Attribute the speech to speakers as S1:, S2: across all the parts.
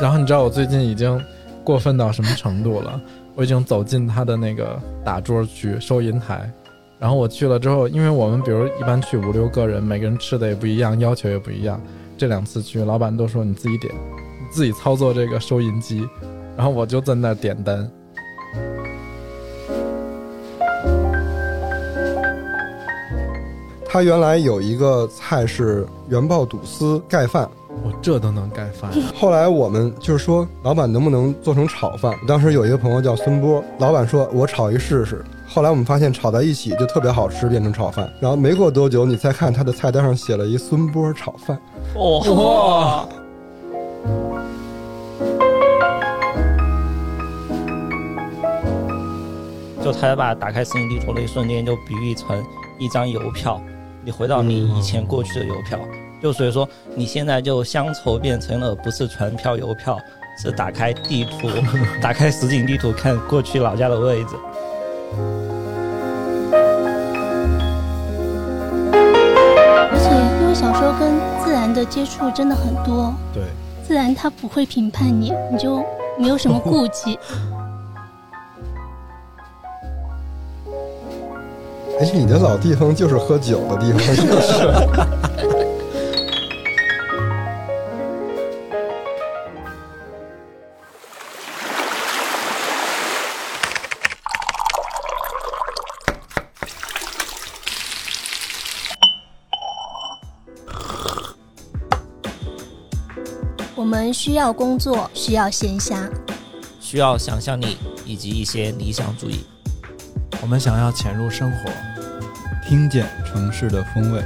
S1: 然后你知道我最近已经过分到什么程度 了？我已经走进他的那个打桌区收银台，然后我去了之后，因为我们比如一般去五六个人，每个人吃的也不一样，要求也不一样。这两次去，老板都说你自己点，你自己操作这个收银机，然后我就在那儿点单。
S2: 他原来有一个菜是原爆肚丝盖饭，
S1: 我这都能盖 饭、啊。
S2: 后来我们就是说，老板能不能做成炒饭？当时有一个朋友叫孙波，老板说我炒一试试。后来我们发现炒在一起就特别好吃，变成炒饭。然后没过多久，你再看他的菜单上写了一孙波炒饭。
S3: 哦， 就他把打开收银地图的一瞬间，就比喻成一张邮票，你回到你以前过去的邮票。就所以说，你现在就乡愁变成了不是船票、邮票，是打开地 图，打开实景地图看过去老家的位置。
S4: 而且因为小时候跟自然的接触真的很多，
S2: 对，
S4: 自然它不会评判你，你就没有什么顾忌。
S2: 哎，你的老地方就是喝酒的地方，就是。
S4: 我们需要工作，需要闲暇，
S3: 需要想象力以及一些理想主义。
S5: 我们想要潜入生活，
S6: 听见城市的风味。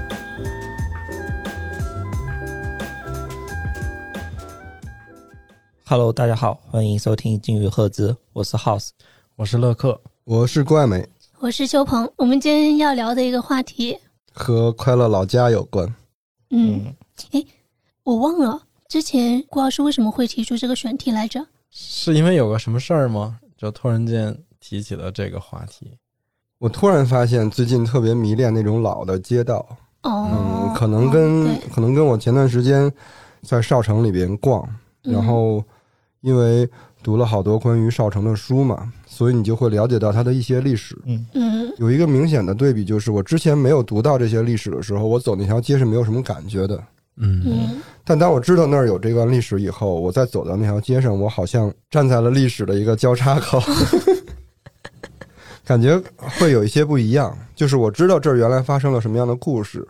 S3: Hello，大家好，欢迎收听《金鱼赫兹》，我是 House，
S1: 我是乐克，
S2: 我是怪美，
S4: 我是秋鹏。我们今天要聊的一个话题
S2: 和快乐老家有关。
S4: 嗯，哎，我忘了。之前郭老师为什么会提出这个选题来着？
S1: 是因为有个什么事儿吗？就突然间提起了这个话题。
S2: 我突然发现最近特别迷恋那种老的街道。
S4: 哦，
S2: 嗯，可能跟、
S4: 哦、
S2: 可能跟我前段时间在少城里边逛，然
S4: 嗯
S2: 后因为读了好多关于少城的书嘛，所以你就会了解到它的一些历史。
S3: 嗯
S4: 嗯，
S2: 有一个明显的对比就是，我之前没有读到这些历史的时候，我走那条街是没有什么感觉的。
S1: 嗯。
S4: 嗯
S2: 但当我知道那儿有这段历史以后，我再走到那条街上，我好像站在了历史的一个交叉口， 感觉会有一些不一样。就是我知道这儿原来发生了什么样的故事，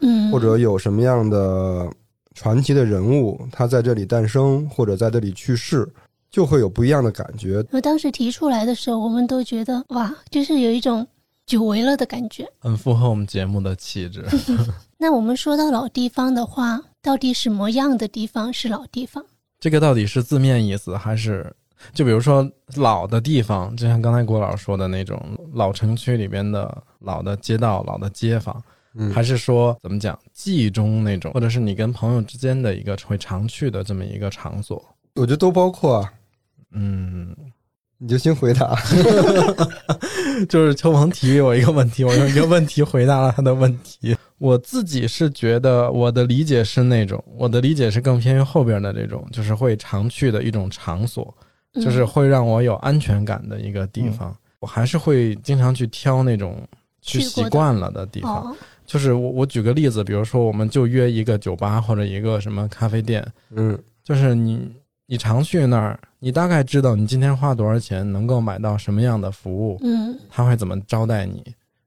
S4: 嗯，
S2: 或者有什么样的传奇的人物，他在这里诞生或者在这里去世，就会有不一样的感觉。
S4: 我当时提出来的时候，我们都觉得哇，就是有一种久违了的感觉，
S1: 很符合我们节目的气质。
S4: 那我们说到老地方的话，到底什么样的地方是老地方？
S1: 这个到底是字面意思，还是就比如说老的地方，就像刚才郭老师说的那种老城区里边的老的街道、老的街坊，
S2: 嗯、
S1: 还是说怎么讲记忆中那种，或者是你跟朋友之间的一个会常去的这么一个场所？
S2: 我觉得都包括啊。
S1: 嗯，
S2: 你就先回答。
S1: 就是邱鹏提我一个问题，我用一个问题回答了他的问题。我自己是觉得我的理解是那种，我的理解是更偏于后边的这种，就是会常去的一种场所，
S4: 嗯
S1: 就是会让我有安全感的一个地方。
S3: 嗯、
S1: 我还是会经常去挑那种去习惯了的地方。
S4: 哦、
S1: 就是我我举个例子，比如说我们就约一个酒吧或者一个什么咖啡店，
S2: 嗯，
S1: 就是你你常去那儿，你大概知道你今天花多少钱能够买到什么样的服务，
S4: 嗯，
S1: 他会怎么招待你。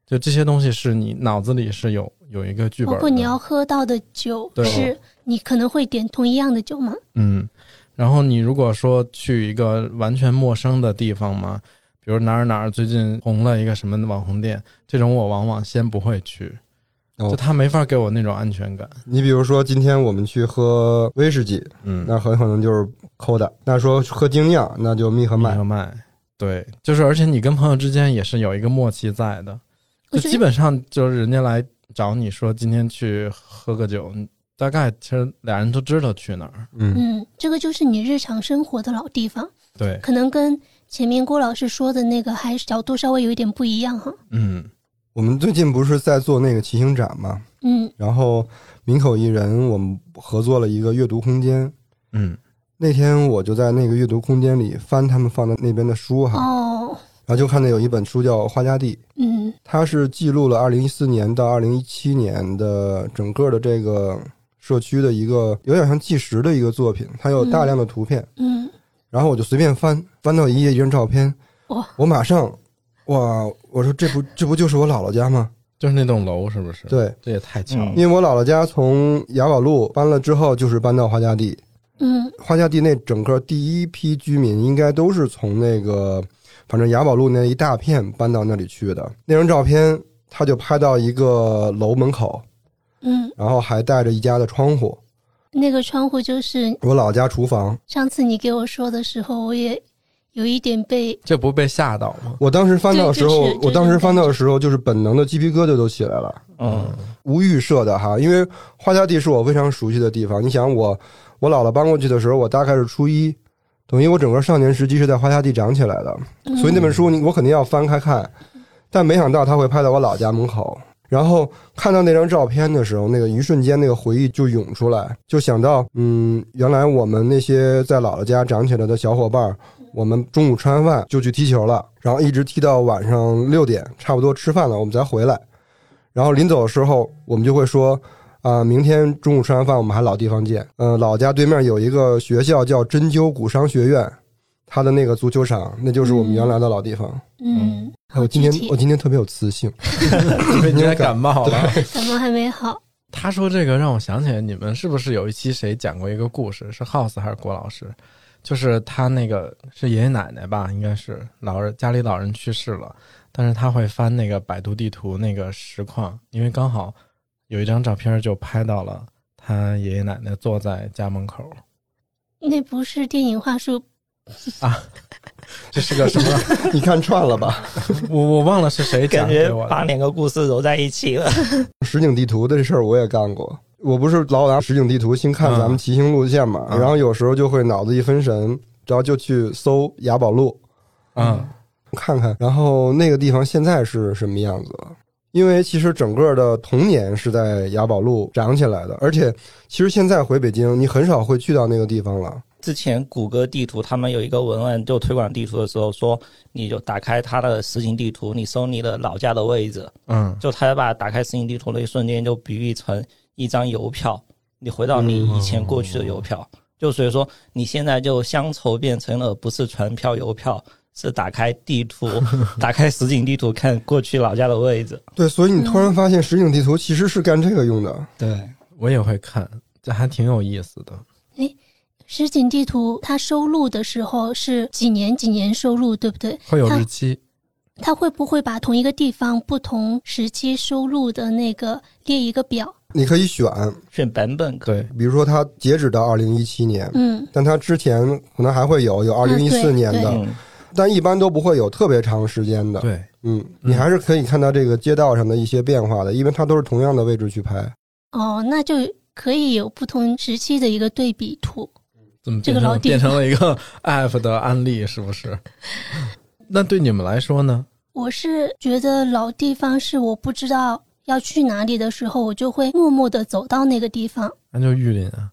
S1: 就这些东西是你脑子里是有有一个剧本，
S4: 包括你要喝到的酒是你可能会点同一样的酒吗？
S1: 嗯，然后你如果说去一个完全陌生的地方嘛，比如哪儿哪儿最近红了一个什么网红店，这种我往往先不会去，
S2: 哦
S1: 就他没法给我那种安全感。
S2: 你比如说今天我们去喝威士忌，
S1: 嗯，
S2: 那很可能就是抠的；那说喝精酿，那就蜜和麦
S1: 麦。麦，对，就是而且你跟朋友之间也是有一个默契在的，
S4: 我
S1: 就
S4: 觉
S1: 基
S4: 得
S1: 本上就是人家来找你说今天去喝个酒，大概其实俩人都知道去哪儿。
S2: 嗯，
S4: 嗯，这个就是你日常生活的老地方，
S1: 对，
S4: 可能跟前面郭老师说的那个还是角度稍微有一点不一样哈。
S1: 嗯。
S2: 我们最近不是在做那个骑行展嘛，
S4: 嗯
S2: 然后民口艺人我们合作了一个阅读空间，
S1: 嗯，
S2: 那天我就在那个阅读空间里翻他们放在那边的书哈，
S4: 哦，
S2: 然后就看到有一本书叫《花家地》，
S4: 嗯
S2: 它是记录了2014年到2017年的整个的这个社区的一个有点像纪实的一个作品，它有大量的图片。
S4: 嗯，
S2: 然后我就随便翻，翻到一页一张照片，
S4: 哇
S2: 我马上，哇！我说这不这不就是我姥姥家吗？
S1: 就是那栋楼是不是？，
S2: 对，嗯
S1: 这也太强了。
S2: 因为我姥姥家从雅宝路搬了之后，就是搬到花家地。
S4: 嗯
S2: 花家地那整个第一批居民应该都是从那个，反正雅宝路那一大片搬到那里去的。那张照片，他就拍到一个楼门口，
S4: 嗯，
S2: 然后还带着一家的窗户，
S4: 那个窗户就是
S2: 我老家厨房。
S4: 上次你给我说的时候，我也有一点被，
S1: 这不被吓到吗？
S2: 我当时翻到的时候
S4: 对就是，
S2: 我当时翻到的时候，就是本能的鸡皮疙瘩都起来了，
S3: 嗯，
S2: 无预设的哈，因为花家地是我非常熟悉的地方。你想我，我姥姥搬过去的时候，我大概是初一，等于我整个少年时期是在花家地长起来的，
S4: 嗯、
S2: 所以那本书你我肯定要翻开看，但没想到他会拍到我老家门口。然后看到那张照片的时候，那个一瞬间，那个回忆就涌出来，就想到，嗯，原来我们那些在姥姥家长起来的小伙伴儿，我们中午吃完饭就去踢球了，然后一直踢到晚上六点，差不多吃饭了，我们才回来。然后临走的时候，我们就会说，啊、明天中午吃完饭我们还老地方见。嗯、老家对面有一个学校叫针灸古商学院，它的那个足球场，那就是我们原来的老地方。
S4: 嗯，
S2: 哎，我今
S4: 具
S2: 天
S4: 体
S2: 我今天特别有磁性，
S1: 因 为你还感冒了。
S4: 感冒还没好，
S1: 他说这个让我想起来，你们是不是有一期谁讲过一个故事？是 House 还是郭老师？就是他那个是爷爷奶奶吧，应该是老人家里老人去世了，但是他会翻那个百度地图那个实况，因为刚好有一张照片就拍到了他爷爷奶奶坐在家门口。
S4: 那不是电影话术，
S1: 这是个什 么？
S2: 你看串了吧？
S1: 我我忘了是谁讲
S3: 感
S1: 给
S3: 觉
S1: 我
S3: 把
S1: 的。
S3: 两个故事揉在一起了。
S2: 实景地图的事儿我也干过。我不是老拿实景地图新看咱们骑行路线嘛，
S1: 嗯
S2: 然后有时候就会脑子一分神，然后就去搜雅宝路
S1: 嗯，
S2: 看看，然后那个地方现在是什么样子了。因为其实整个的童年是在雅宝路长起来的，而且其实现在回北京，你很少会去到那个地方了。
S3: 之前谷歌地图他们有一个文案，就推广地图的时候说，你就打开它的实景地图，你搜你的老家的位置，
S1: 嗯，
S3: 就他把打开实景地图的一瞬间就比喻成一张邮票，你回到你以前过去的邮票，就所以说你现在就乡愁变成了不是船票邮票，是打开地 图，打开实景地图看过去老家的位置。
S2: 对，所以你突然发现实景地图其实是干这个用的。
S6: 对，
S1: 我也会看，这还挺有意思的。
S4: 实景地图它收录的时候是几年几年收录，对不对？
S1: 会有
S4: 它
S1: 日期，
S4: 它会不会把同一个地方不同时期收录的那个列一个表？
S2: 你可以选，
S3: 选版本可
S1: 对，
S2: 比如说它截止到二零一七年，
S4: 嗯，
S2: 但它之前可能还会有有二零一四
S4: 对
S2: 年的，
S4: 对
S3: 嗯，
S2: 但一般都不会有特别长时间的。
S1: 对，
S2: 嗯，你还是可以看到这个街道上的一些变化的，因为它都是同样的位置去拍。
S4: 哦，那就可以有不同时期的一个对比图。
S1: 怎么
S4: 这
S1: 变
S4: 个
S1: 成
S4: 老弟
S1: 变成了一个 F 的案例？是不 是？那对你们来说呢？
S4: 我是觉得老地方是我不知道要去哪里的时候，我就会默默的走到那个地方。
S1: 那就玉林啊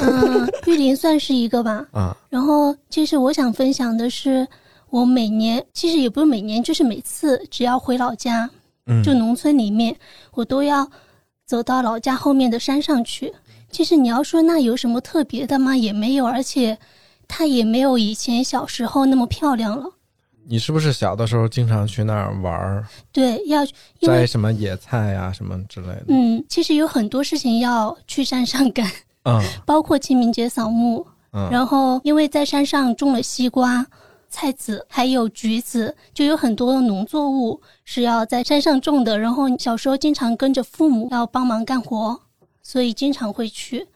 S4: 嗯，玉林算是一个吧。
S1: 啊，
S4: 然后，其实我想分享的是，我每年其实也不是每年，就是每次只要回老家，
S1: 嗯，
S4: 就农村里面，我都要走到老家后面的山上去。其实你要说那有什么特别的吗？也没有，而且它也没有以前小时候那么漂亮了。
S1: 你是不是小的时候经常去那儿玩儿，
S4: 对，要因
S1: 摘
S4: 为
S1: 什么野菜呀、什么之类的？
S4: 嗯，其实有很多事情要去山上干，
S1: 嗯
S4: 包括清明节扫墓，
S1: 嗯，
S4: 然后因为在山上种了西瓜、菜籽，还有橘子，就有很多农作物是要在山上种的。然后小时候经常跟着父母要帮忙干活，所以经常会去。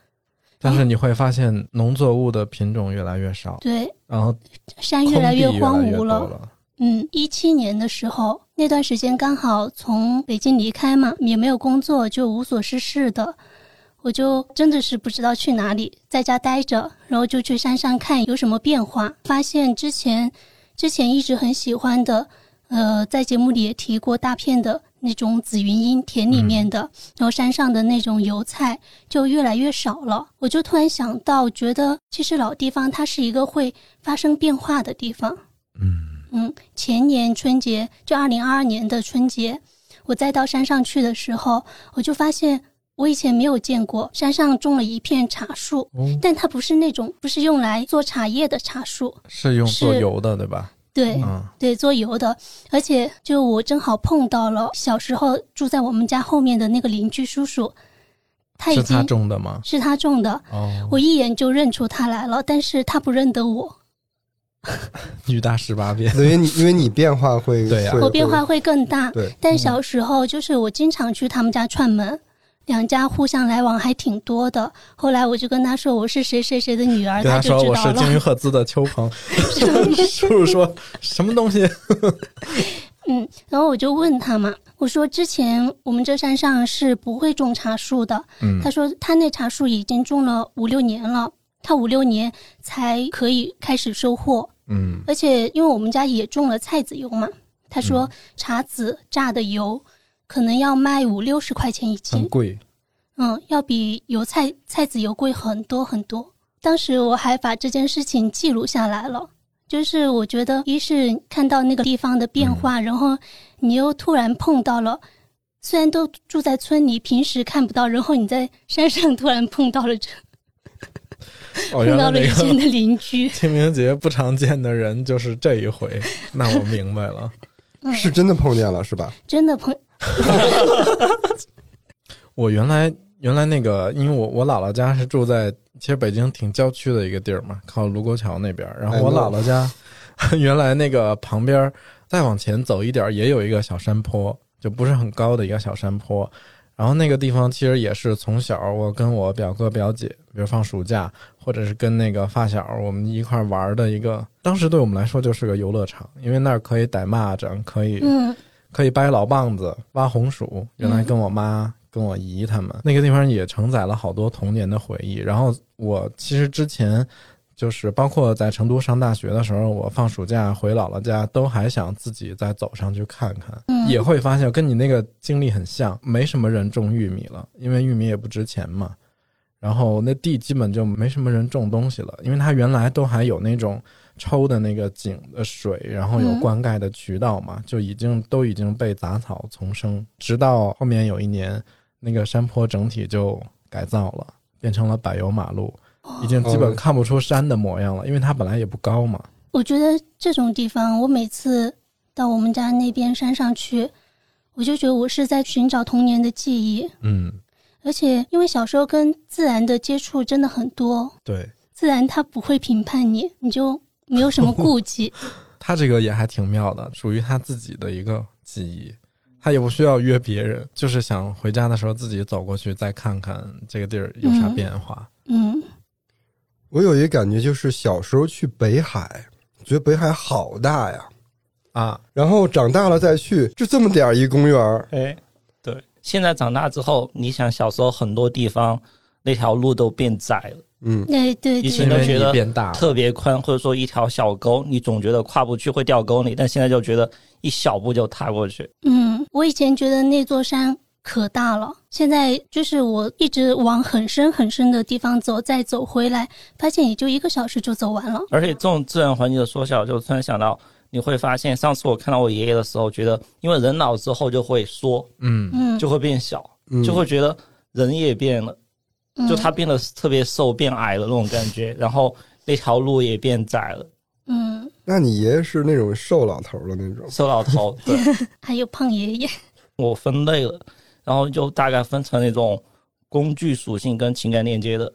S1: 但是你会发现农作物的品种越来越少，
S4: 对，
S1: 然后
S4: 山
S1: 空
S4: 越
S1: 地
S4: 来
S1: 越
S4: 荒
S1: 来越
S4: 芜
S1: 多
S4: 了。
S1: 了。
S4: 嗯，一七年的时候，那段时间刚好从北京离开嘛，也没有工作，就无所事事的，我就真的是不知道去哪里，在家待着，然后就去山上看有什么变化，发现之前之前一直很喜欢的，呃，在节目里也提过大片的那种紫云英田里面的，然后山上的那种油菜就越来越少了。我就突然想到，觉得其实老地方它是一个会发生变化的地方。
S1: 嗯，
S4: 嗯，前年春节，就二零二二年的春节，我再到山上去的时候，我就发现我以前没有见过，山上种了一片茶树，
S1: 哦，
S4: 但它不是那种不是用来做茶叶的茶树，
S1: 是用做
S4: 是哎
S1: 油的对吧？
S4: 对，
S1: 嗯，
S4: 对，做油的，而且就我正好碰到了小时候住在我们家后面的那个邻居叔叔，他已
S1: 是他
S4: 经
S1: 种的吗？
S4: 是他种的，
S1: 哦，
S4: 我一眼就认出他来了，但是他不认得我，
S1: 女大十八变，
S2: 因为你因为你变化会
S1: 对呀
S2: 会
S4: 我变化会更大
S2: 对。
S1: 嗯
S4: 但小时候就是我经常去他们家串门。两家互相来往还挺多的。后来我就跟他说我是谁谁谁的女儿，
S1: 跟他
S4: 他就
S1: 说
S4: 知
S1: 我
S4: 道
S1: 是鲸鱼
S4: 了。
S1: 赫兹的秋 鹏， 叔叔说什么东西？
S4: 嗯，然后我就问他嘛，我说之前我们这山上是不会种茶树的，
S1: 嗯
S4: 他说他那茶树已经种了五六年了，他五六年才可以开始收获，
S1: 嗯，
S4: 而且因为我们家也种了菜籽油嘛，他说茶籽榨的油可能要卖五六十块钱一
S1: 很
S4: 斤，
S1: 贵，
S4: 嗯，要比油菜菜籽油贵很多很多。当时我还把这件事情记录下来了，就是我觉得一是看到那个地方的变
S1: 嗯
S4: 化，然后你又突然碰到了，虽然都住在村里，平时看不到，然后你在山上突然碰到了这
S1: 哦，
S4: 碰
S1: 原来
S4: 到了
S1: 那
S4: 以前
S1: 个
S4: 的
S1: ，
S4: 邻居
S1: 清明节不常见的人就是这一回，那我明白了。
S4: 嗯，
S2: 是真的碰见了是吧？
S4: 真的碰，
S1: 我原来原来那个，因为我我姥姥家是住在其实北京挺郊区的一个地儿嘛，靠卢沟桥那边儿。然后
S2: 哎
S1: 我
S2: 那
S1: 姥姥家、 原来那个旁边儿再往前走一点儿也有一个小山坡，就不是很高的一个小山坡。然后那个地方其实也是从小我跟我表哥表姐，比如放暑假或者是跟那个发小我们一块儿玩儿的一个，当时对我们来说就是个游乐场，因为那儿可以逮蚂蚱，可以
S4: 嗯
S1: 可以掰老棒子、挖红薯。原来跟我妈、跟我姨他们那个地方也承载了好多童年的回忆。然后我其实之前就是包括在成都上大学的时候，我放暑假回姥姥家，都还想自己再走上去看看，
S4: 嗯
S1: 也会发现跟你那个经历很像，没什么人种玉米了，因为玉米也不值钱嘛。然后那地基本就没什么人种东西了，因为它原来都还有那种抽的那个井的水，然后有
S4: 嗯
S1: 灌溉的渠道嘛，就已经都已经被杂草丛生。直到后面有一年，那个山坡整体就改造了，变成了柏油马路，已经基本看不出山的模样了，因为它本来也不高嘛。
S4: 我觉得这种地方，我每次到我们家那边山上去，我就觉得我是在寻找童年的记忆，
S1: 嗯，
S4: 而且因为小时候跟自然的接触真的很多，
S1: 对，
S4: 自然它不会评判你，你就没有什么顾忌。
S1: 它这个也还挺妙的，属于他自己的一个记忆。他也不需要约别人，就是想回家的时候自己走过去再看看这个地儿有啥
S4: 嗯
S1: 变化。
S4: 嗯，
S2: 我有一个感觉就是小时候去北海，觉得北海好大呀，
S1: 啊，
S2: 然后长大了再去，就这么点儿一公园儿，
S3: 哎，对，现在长大之后，你想小时候很多地方那条路都变窄了，
S2: 嗯，
S4: 对对
S3: 以
S1: 因
S3: 前
S4: 对，
S3: 都
S1: 为
S3: 觉得
S1: 你变大了，
S3: 特别宽，或者说一条小沟，你总觉得跨不去会掉沟里，但现在就觉得一小步就踏过去。
S4: 嗯，我以前觉得那座山可大了，现在就是我一直往很深很深的地方走，再走回来，发现也就一个小时就走完了。
S3: 而且这种自然环境的缩小，就突然想到，你会发现，上次我看到我爷爷的时候，觉得因为人老之后就会缩，
S1: 嗯，
S4: 嗯，
S3: 就会变小，
S2: 嗯
S3: 就会觉得人也变了，
S4: 嗯
S3: 就他变得特别瘦、变矮的那种感觉，然后那条路也变窄了，
S4: 嗯，
S2: 那你爷爷是那种瘦老头儿的那种，
S3: 瘦老头。对，
S4: 还有胖爷爷。
S3: 我分类了，然后就大概分成那种工具属性跟情感链接的。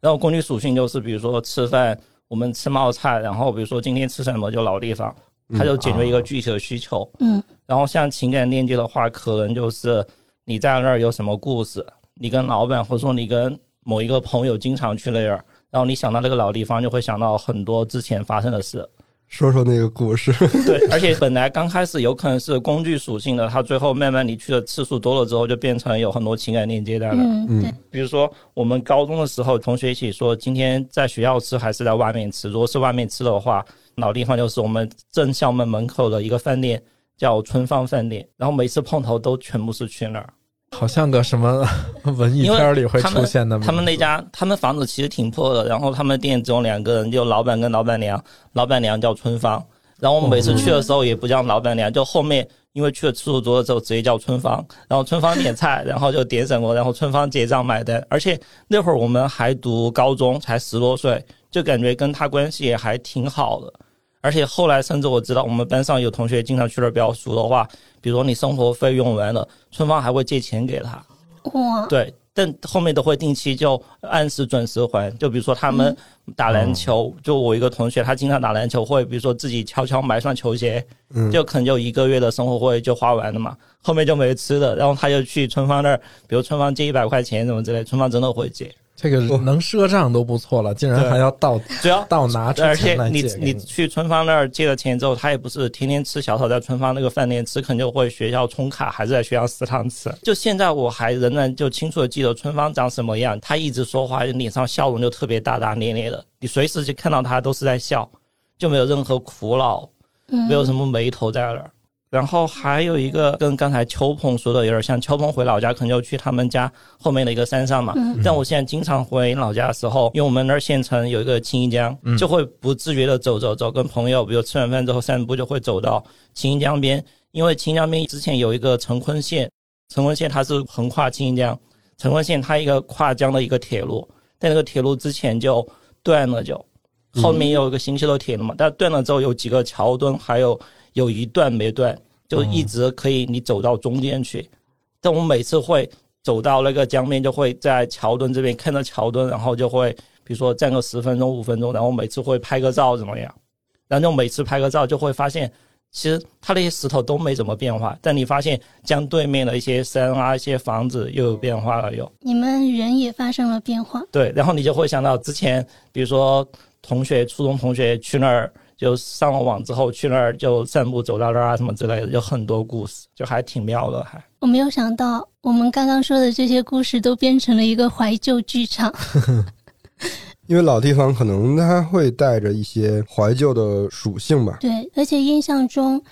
S3: 然后工具属性就是比如说吃饭，我们吃冒菜，然后比如说今天吃什么就老地方，
S2: 嗯
S3: 它就解决
S2: 啊
S3: 一个具体的需求。
S4: 嗯
S3: 然后像情感链接的话，可能就是你在那儿有什么故事，你跟老板或者说你跟某一个朋友经常去那儿，然后你想到那个老地方，就会想到很多之前发生的事。
S2: 说说那个故事，
S3: 对，而且本来刚开始有可能是工具属性的，它最后慢慢你去的次数多了之后，就变成有很多情感链接在那儿。
S4: 嗯，对，
S3: 比如说我们高中的时候，同学一起说今天在学校吃还是在外面吃，如果是外面吃的话，老地方就是我们正校门门口的一个饭店。叫春芳饭店，然后每次碰头都全部是去那儿。
S1: 好像个什么 文艺
S3: 因为
S1: 片里会出现的
S3: 他们那家他们房子其实挺破的，然后他们店只有两个人，就老板跟老板娘，老板娘叫春芳。然后我们每次去的时候也不叫老板娘，就后面因为去的次数多了之后，直接叫春芳。然后春芳点菜，然后就点什么，然后春芳结账买单。而且那会儿我们还读高中，才十多岁，就感觉跟他关系也还挺好的。而且后来甚至我知道，我们班上有同学经常去那儿比较熟的话，比如说你生活费用完了，春芳还会借钱给他。
S4: 哇，
S3: 对，但后面都会定期就按时准时还。就比如说他们打篮球，就我一个同学，他经常打篮球，会比如说自己悄悄买双球鞋，
S2: 嗯，
S3: 就可能就一个月的生活费就花完了嘛，后面就没吃的，然后他就去春芳那儿，比如春芳借一百块钱什么之类，春芳真的会借，
S1: 这个能赊账都不错了，竟然还要 倒
S3: 只要。
S1: 倒拿出
S3: 而
S1: 钱
S3: 且
S1: 来
S3: 你
S1: 借给
S3: 你去春芳那儿借了钱之后，他也不是天天吃小炒，在春芳那个饭店吃，可能就会学校充卡，还是在学校食堂吃。就现在我还仍然就清楚的记得春芳长什么样，他一直说话，脸上笑容就特别大大咧咧的，你随时就看到他都是在笑，就没有任何苦恼，
S4: 嗯
S3: 没有什么眉头在那儿。然后还有一个跟刚才秋鹏说的有点像，秋鹏回老家可能就去他们家后面的一个山上嘛。
S4: 嗯
S3: 但我现在经常回老家的时候，因为我们那儿县城有一个青衣江，就会不自觉的走走走，跟朋友，比如吃完饭之后散步，就会走到青衣江边，因为青衣江边之前有一个成昆线，成昆线它是横跨青衣江，成昆线它一个跨江的一个铁路，但那个铁路之前就断了就。后面有一个新修的铁路嘛，但断了之后有几个桥墩，还有有一段没断，就一直可以你走到中间去。但我每次会走到那个江边，就会在桥墩这边看着桥墩，然后就会比如说站个十分钟、五分钟，然后每次会拍个照怎么样？然后就每次拍个照就会发现，其实它那些石头都没怎么变化，但你发现江对面的一些山啊、一些房子又有变化了又。
S4: 你们人也发生了变化，
S3: 对，然后你就会想到之前，比如说同学、初中同学去那儿就上了网之后去那儿就散步走到那儿啊什么之类的，有很多故事，就还挺妙的还。
S4: 我没有想到我们刚刚说的这些故事都变成了一个怀旧剧场。
S2: 因为老地方可能它会带着一些怀旧的属性吧。
S4: 对，而且印象中，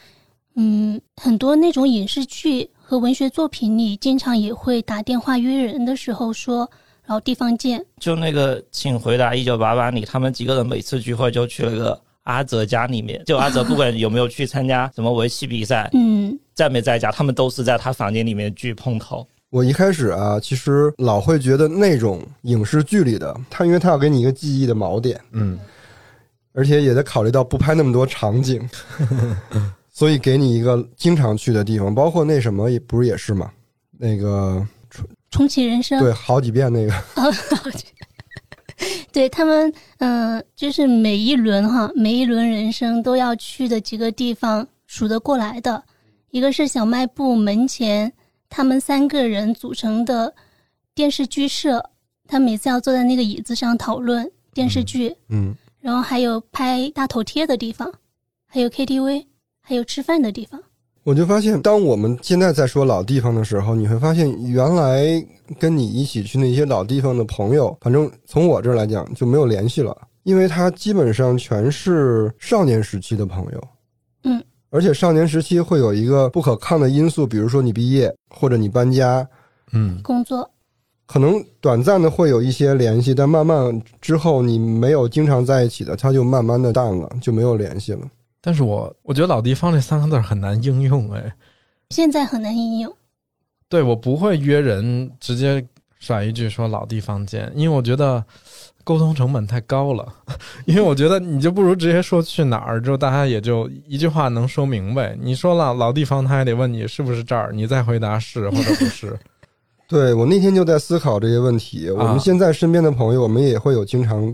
S4: 嗯，很多那种影视剧和文学作品里，经常也会打电话约人的时候说“老地方见
S3: 就那个《请回答一九八八》里，他们几个人每次聚会就去了个阿哲家里面，就阿哲不管有没有去参加什么围棋比赛”。，
S4: 嗯，
S3: 在没在家，他们都是在他房间里面聚碰头。
S2: 我一开始啊，其实老会觉得那种影视剧里的，它因为它要给你一个记忆的锚点，
S1: 嗯，
S2: 而且也得考虑到不拍那么多 场景，所以给你一个经常去的地方，包括那什么也不是也是嘛，那个
S4: 重启人生。
S2: 对好几遍那个，
S4: 对他们，嗯、就是每一轮哈，每一轮人生都要去的几个地方数得过来的，一个是小卖部门前，他们三个人组成的电视剧社，他每次要坐在那个椅子上讨论电视剧，
S2: 嗯，
S4: 然后还有拍大头贴的地方，还有 KTV，还有吃饭的地方。
S2: 我就发现，当我们现在在说老地方的时候，你会发现原来跟你一起去那些老地方的朋友，反正从我这儿来讲就没有联系了，因为他基本上全是少年时期的朋友。
S4: 嗯，
S2: 而且少年时期会有一个不可抗的因素，比如说你毕业或者你搬家，
S1: 嗯，
S4: 工作，
S2: 可能短暂的会有一些联系，但慢慢之后你没有经常在一起的，他就慢慢的淡了，就没有联系了。
S1: 但是我我觉得“老地方”这三个字儿很难应用哎。
S4: 现在很难应用。
S1: 对我不会约人直接甩一句说“老地方见”，因为我觉得沟通成本太高了。 因为我觉得你就不如直接说去哪儿，之后大家也就一句话能说明白。你说了老地方，他还得问你是不是这儿，你再回答是或者不 是。
S2: 对我那天就在思考这些问题。我们现在身边的朋友，我们也会有经常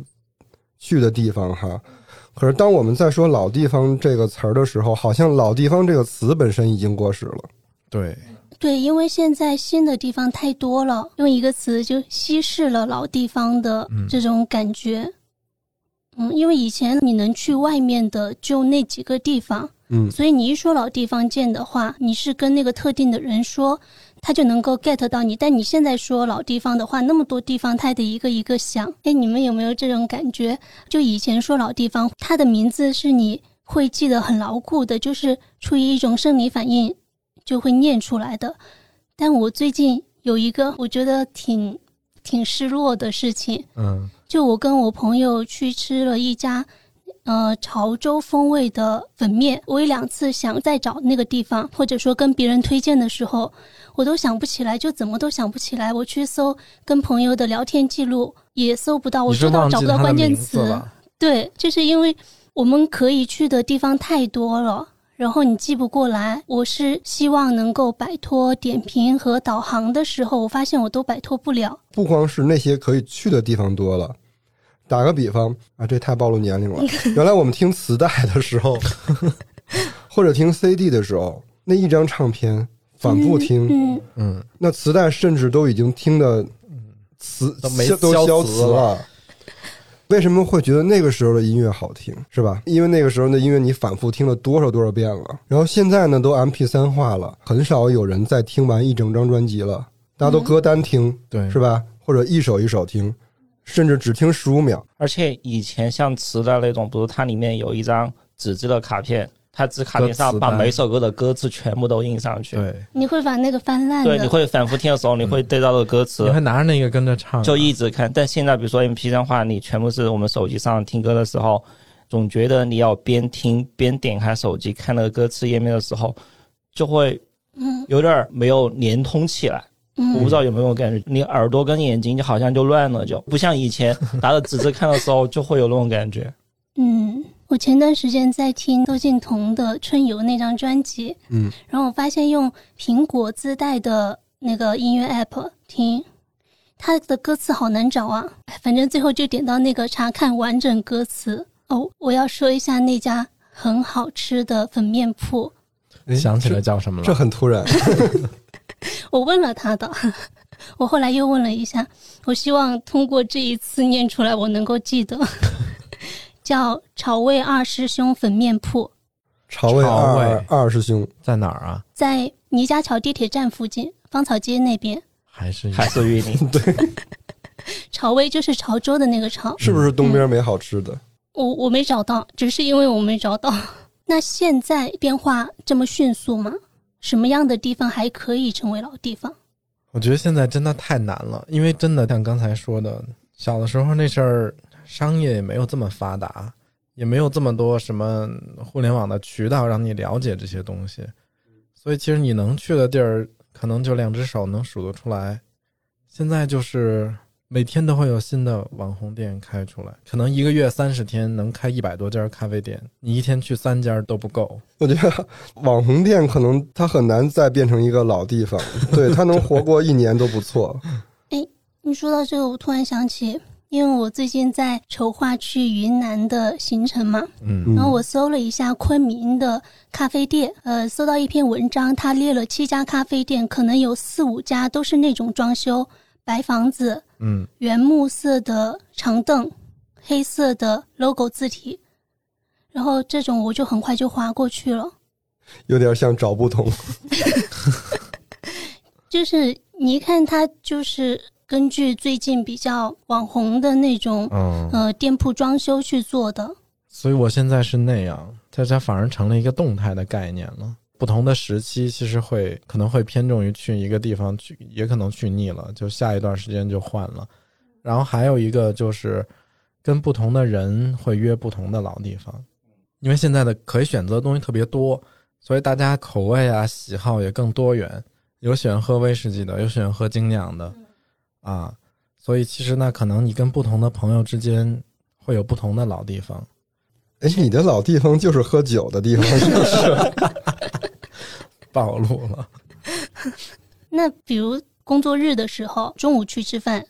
S2: 去的地方哈。可是当我们在说“老地方”这个词儿的时候，好像“老地方”这个词本身已经过时了。
S1: 对，
S4: 对，因为现在新的地方太多了，用一个词就稀释了老地方的
S1: 嗯
S4: 这种感觉。嗯因为以前你能去外面的就那几个地方，
S2: 嗯，
S4: 所以你一说老地方见的话，你是跟那个特定的人说，他就能够 get 到你。但你现在说老地方的话，那么多地方，他得一个一个想。哎，你们有没有这种感觉？就以前说老地方，它的名字是你会记得很牢固的，就是出于一种生理反应就会念出来的。但我最近有一个我觉得挺挺失落的事情，
S1: 嗯
S4: 就我跟我朋友去吃了一家，呃，潮州风味的粉面。我有两次想再找那个地方，或者说跟别人推荐的时候，我都想不起来，就怎么都想不起来。我去搜跟朋友的聊天记录也搜不到，我
S1: 你是
S4: 知道
S1: 忘
S4: 找
S1: 记
S4: 不到
S1: 他的
S4: 关键
S1: 名字
S4: 词。
S1: 了？
S4: 对，就是因为我们可以去的地方太多了，然后你记不过来。我是希望能够摆脱点评和导航的时候，我发现我都摆脱不了。
S2: 不光是那些可以去的地方多了。打个比方啊，这太暴露年龄 了。原来我们听磁带的时候， 或者听 CD 的时候，那一张唱片反复听，
S4: 嗯，
S1: 嗯，
S2: 那磁带甚至都已经听的磁
S1: 都没
S2: 都
S1: 消
S2: 消
S1: 磁
S2: 磁
S1: 了
S2: 了。为什么会觉得那个时候的音乐好听，是吧？因为那个时候的音乐你反复听了多少多少遍了。然后现在呢，都 M P 三化了，很少有人再听完一整张专辑了，大家
S4: 嗯
S2: 都歌单听，
S1: 对，
S2: 是吧？或者一首一首听，甚至只听十五秒。
S3: 而且以前像磁带那种，比如它里面有一张纸质的卡片，它纸卡片
S1: 歌
S3: 上
S1: 词
S3: 把
S1: 单
S3: 每首歌的歌词全部都印上去。
S1: 对，
S4: 你会把那个翻烂
S3: 对，
S4: 的，
S3: 你会反复听的时候，你会对照着歌
S1: 你
S3: 词
S1: 还拿着那个跟着唱啊，
S3: 就一直看。但现在比如说 M P 三话，你全部是我们手机上听歌的时候，总觉得你要边听边点开手机看那个歌词页面的时候，就会
S4: 嗯
S3: 有点儿没有连通起来。我不
S4: 嗯
S3: 知道有没有感觉，你耳朵跟眼睛就好像就乱了，就不像以前拿着纸质看的时候就会有那种感觉。
S4: 嗯。我前段时间在听窦靖童的《春游》那张专辑，
S2: 嗯，
S4: 然后我发现用苹果自带的那个音乐 app 听，它的歌词好难找啊。哎反正最后就点到那个查看完整歌词。哦，我要说一下那家很好吃的粉面铺，
S2: 哎
S1: 想起来
S2: 这
S1: 叫什么
S2: 这
S1: 了？
S2: 很 突然，
S4: 我问了他的， 我后来又问了一下，我希望通过这一次念出来，我能够记得， 叫炒味二师兄粉面铺，
S2: 朝味
S1: 朝味嗯
S2: 二二师兄，
S1: 在哪儿啊？
S4: 在倪家桥地铁站附近，芳草街那边。
S1: 还是
S3: 还是玉林，
S4: 潮味就是潮州的那个潮，
S2: 是不是东边没好吃
S1: 嗯
S2: 的？
S4: 我我没找到，只是因为我没找到。 那现在变化这么迅速吗？什么样的地方还可以成为老地方？
S1: 我觉得现在真的太难了，因为真的像刚才说的，小的时候那阵儿商业也没有这么发达，也没有这么多什么互联网的渠道让你了解这些东西，所以其实你能去的地儿，可能就两只手能数得出来。现在就是每天都会有新的网红店开出来，可能一个月三十天能开一百多家咖啡店，你一天去三家都不够。
S2: 我觉得网红店可能它很难再变成一个老地方，对它能活过一年都 不错。
S1: 嗯
S4: 你说到这个，我突然想起，因为我最近在筹划去云南的行程嘛，
S1: 嗯
S2: 嗯
S4: 然后我搜了一下昆明的咖啡店，呃，搜到一篇文章，它列了七家咖啡店，可能有四五家都是那种装修白房子，
S1: 嗯，
S4: 原木色的长凳，黑色的 logo 字体，然后这种我就很快就划过去了。
S2: 有点像找不同，
S4: 就是你一看它，就是根据最近比较网红的那种
S1: 哦
S4: 呃店铺装修去做的。
S1: 所以我现在是那样，它它反而成了一个动态的概念了。不同的时期其实会可能会偏重于去一个地方去，也可能去腻了，就下一段时间就换了。然后还有一个就是跟不同的人会约不同的老地方，因为现在的可以选择的东西特别多，所以大家口味啊喜好也更多元，有喜欢喝威士忌的，有喜欢喝精酿的，啊，所以其实那可能你跟不同的朋友之间会有不同的老地方。
S2: 哎，你的老地方就是喝酒的地方，是 不是？
S1: 暴露了。
S4: 那比如工作日的时候，中午去吃饭，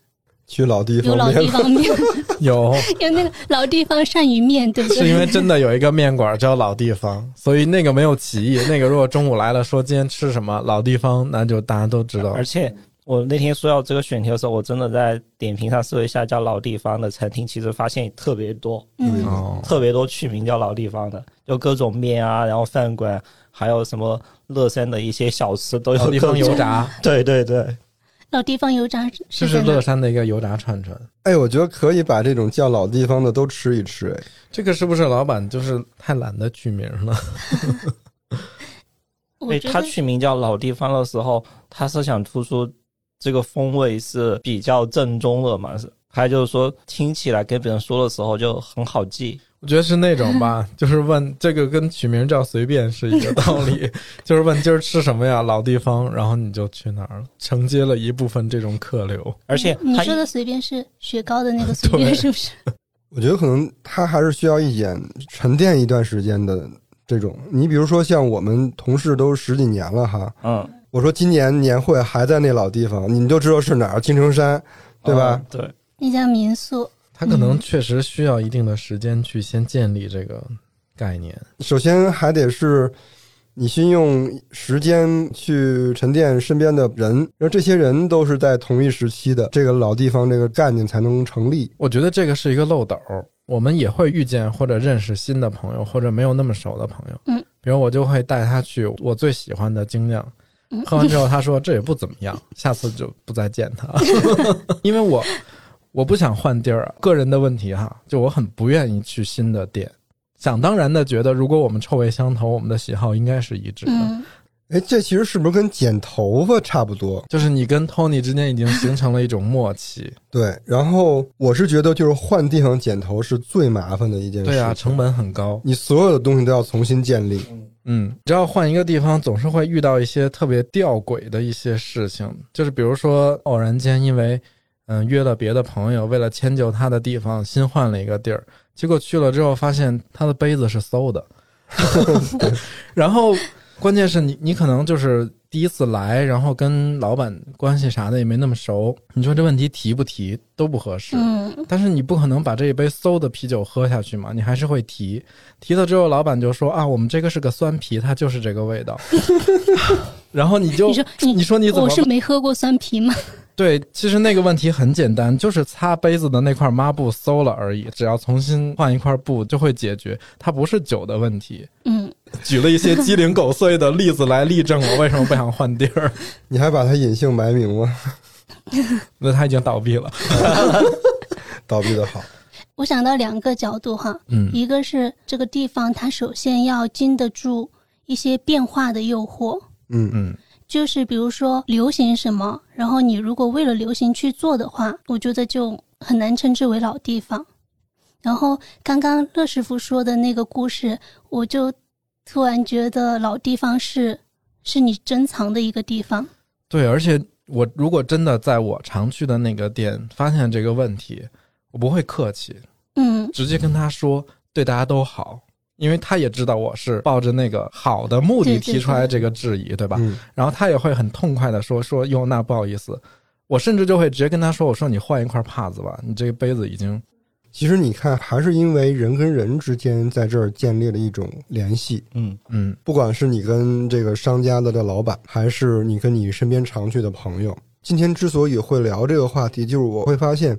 S2: 去老地
S4: 有
S2: 方
S4: 老
S2: 面
S4: 地方面，
S1: 有
S4: 有那个老地方鳝鱼面，对不
S1: 是因
S4: 对？
S1: 为真的有一个面馆叫老地方，所以那个没有歧义。那个如果中午来了说今天吃什么老地方，那就大家都知道
S3: 而。且我那天说到这个选题的时候，我真的在点评上搜了一下叫老地方的餐厅，其实发现特别多，
S4: 嗯，
S1: 哦，
S3: 特别多取名叫老地方的，就各种面啊，然后饭馆，还有什么乐山的一些小吃都有
S1: 老地方
S3: 各种
S1: 油炸，
S3: 对对对，
S4: 老地方油炸
S1: 这
S4: 是
S1: 是
S4: 在
S1: 乐
S4: 哪？
S1: 山的一个油炸串串。
S2: 哎，我觉得可以把这种叫老地方的都吃一吃。哎，
S1: 这个是不是老板就是太懒得取名了？
S4: 我
S3: 对
S4: 觉
S3: 它
S4: 得
S3: 哎取名叫老地方的时候，它是想突出这个风味是比较正宗的嘛，是还就是说听起来跟别人说的时候就很好记。
S1: 我觉得是那种吧，就是问这个跟取名叫随便是一个道理， 就是问今儿吃什么呀，老地方，然后你就去哪儿了，承接了一部分这种客流。
S3: 而且
S4: 嗯你
S3: 它
S4: 说的随便是雪糕的 那个随便是不是？
S2: 我觉得可能他还是需要一点沉淀一段时间的这种。你比如说，像我们同事都十几年了哈，
S3: 嗯，
S2: 我说今年年会还在那老地方，你们就知道是哪儿，青城山，对
S1: 哦
S2: 吧？
S3: 嗯对，
S4: 那家民宿，
S1: 他可
S4: 嗯
S1: 能确实需要一定的时间去先建立这个概念。
S2: 首先还得是你先用时间去沉淀身边的人，然后这些人都是在同一时期的，这个老地方这个概念才能成立。
S1: 我觉得这个是一个漏斗，我们也会遇见或者认识新的朋友，或者没有那么熟的朋友。
S4: 嗯，
S1: 比如我就会带他去我最喜欢的精酿，
S4: 嗯
S1: 喝完之后他说这也不怎么 样，下次就不再见他， 因为我我不想换地儿，啊个人的问题哈，就我很不愿意去新的店。想当然的觉得，如果我们臭味相投，我们的喜好应该是一致的。
S4: 嗯，
S2: 哎，这其实是不是跟剪头发差不多？
S1: 就是你跟 Tony 之间已经形成了一种默契，
S2: 对，然后我是觉得就是换地方剪头是最麻烦的一件事。
S1: 对啊，成本很高。
S2: 你所有的东西都要重新建立。
S1: 嗯，你知道换一个地方总是会遇到一些特别吊诡的一些事情，就是比如说偶然间因为嗯、约了别的朋友，为了迁就他的地方，新换了一个地儿，结果去了之后发现他的杯子是馊的， 然后关键是你你可能就是第一次来，然后跟老板关系啥的也没那么熟，你说这问题提不提都不合适，
S4: 嗯，
S1: 但是你不可能把这一杯馊的啤酒喝下去嘛，你还是会提。提了之后，老板就说啊，我们这个是个酸啤，它就是这个味道。 然后你就
S4: 你说你
S1: 说你怎么
S4: 我是没喝过酸啤嘛，
S1: 对？其实那个问题很简单，就是擦杯子的那块抹布馊了而已，只要重新换一块布就会解决，它不是酒的问题。
S4: 嗯，
S1: 举了一些鸡零狗碎的例子来例证我为什么不想换地儿。
S2: 你还把它隐姓埋名吗？
S1: 那他已经倒闭了。
S2: 倒闭的好，
S4: 我想到两个角度哈，
S1: 嗯，
S4: 一个是这个地方它首先要经得住一些变化的诱惑，
S2: 嗯，
S1: 嗯，
S4: 就是比如说流行什么，然后你如果为了流行去做的话，我觉得就很难称之为老地方。然后刚刚乐师傅说的那个故事，我就突然觉得老地方是是你珍藏的一个地方。
S1: 对，而且我如果真的在我常去的那个店发现这个问题，我不会客气，
S4: 嗯，
S1: 直接跟他说对大家都好，因为他也知道我是抱着那个好的目的
S4: 对对
S1: 提出来这个质疑，对吧？
S2: 嗯，
S1: 然后他也会很痛快的说说哟，那不好意思，我甚至就会直接跟他说，我说你换一块帕子吧，你这个杯子已经
S2: 其实你看，还是因为人跟人之间在这儿建立了一种联系，
S3: 嗯，
S1: 嗯
S2: 不管是你跟这个商家的这老板，还是你跟你身边常去的朋友。今天之所以会聊这个话题，就是我会发现，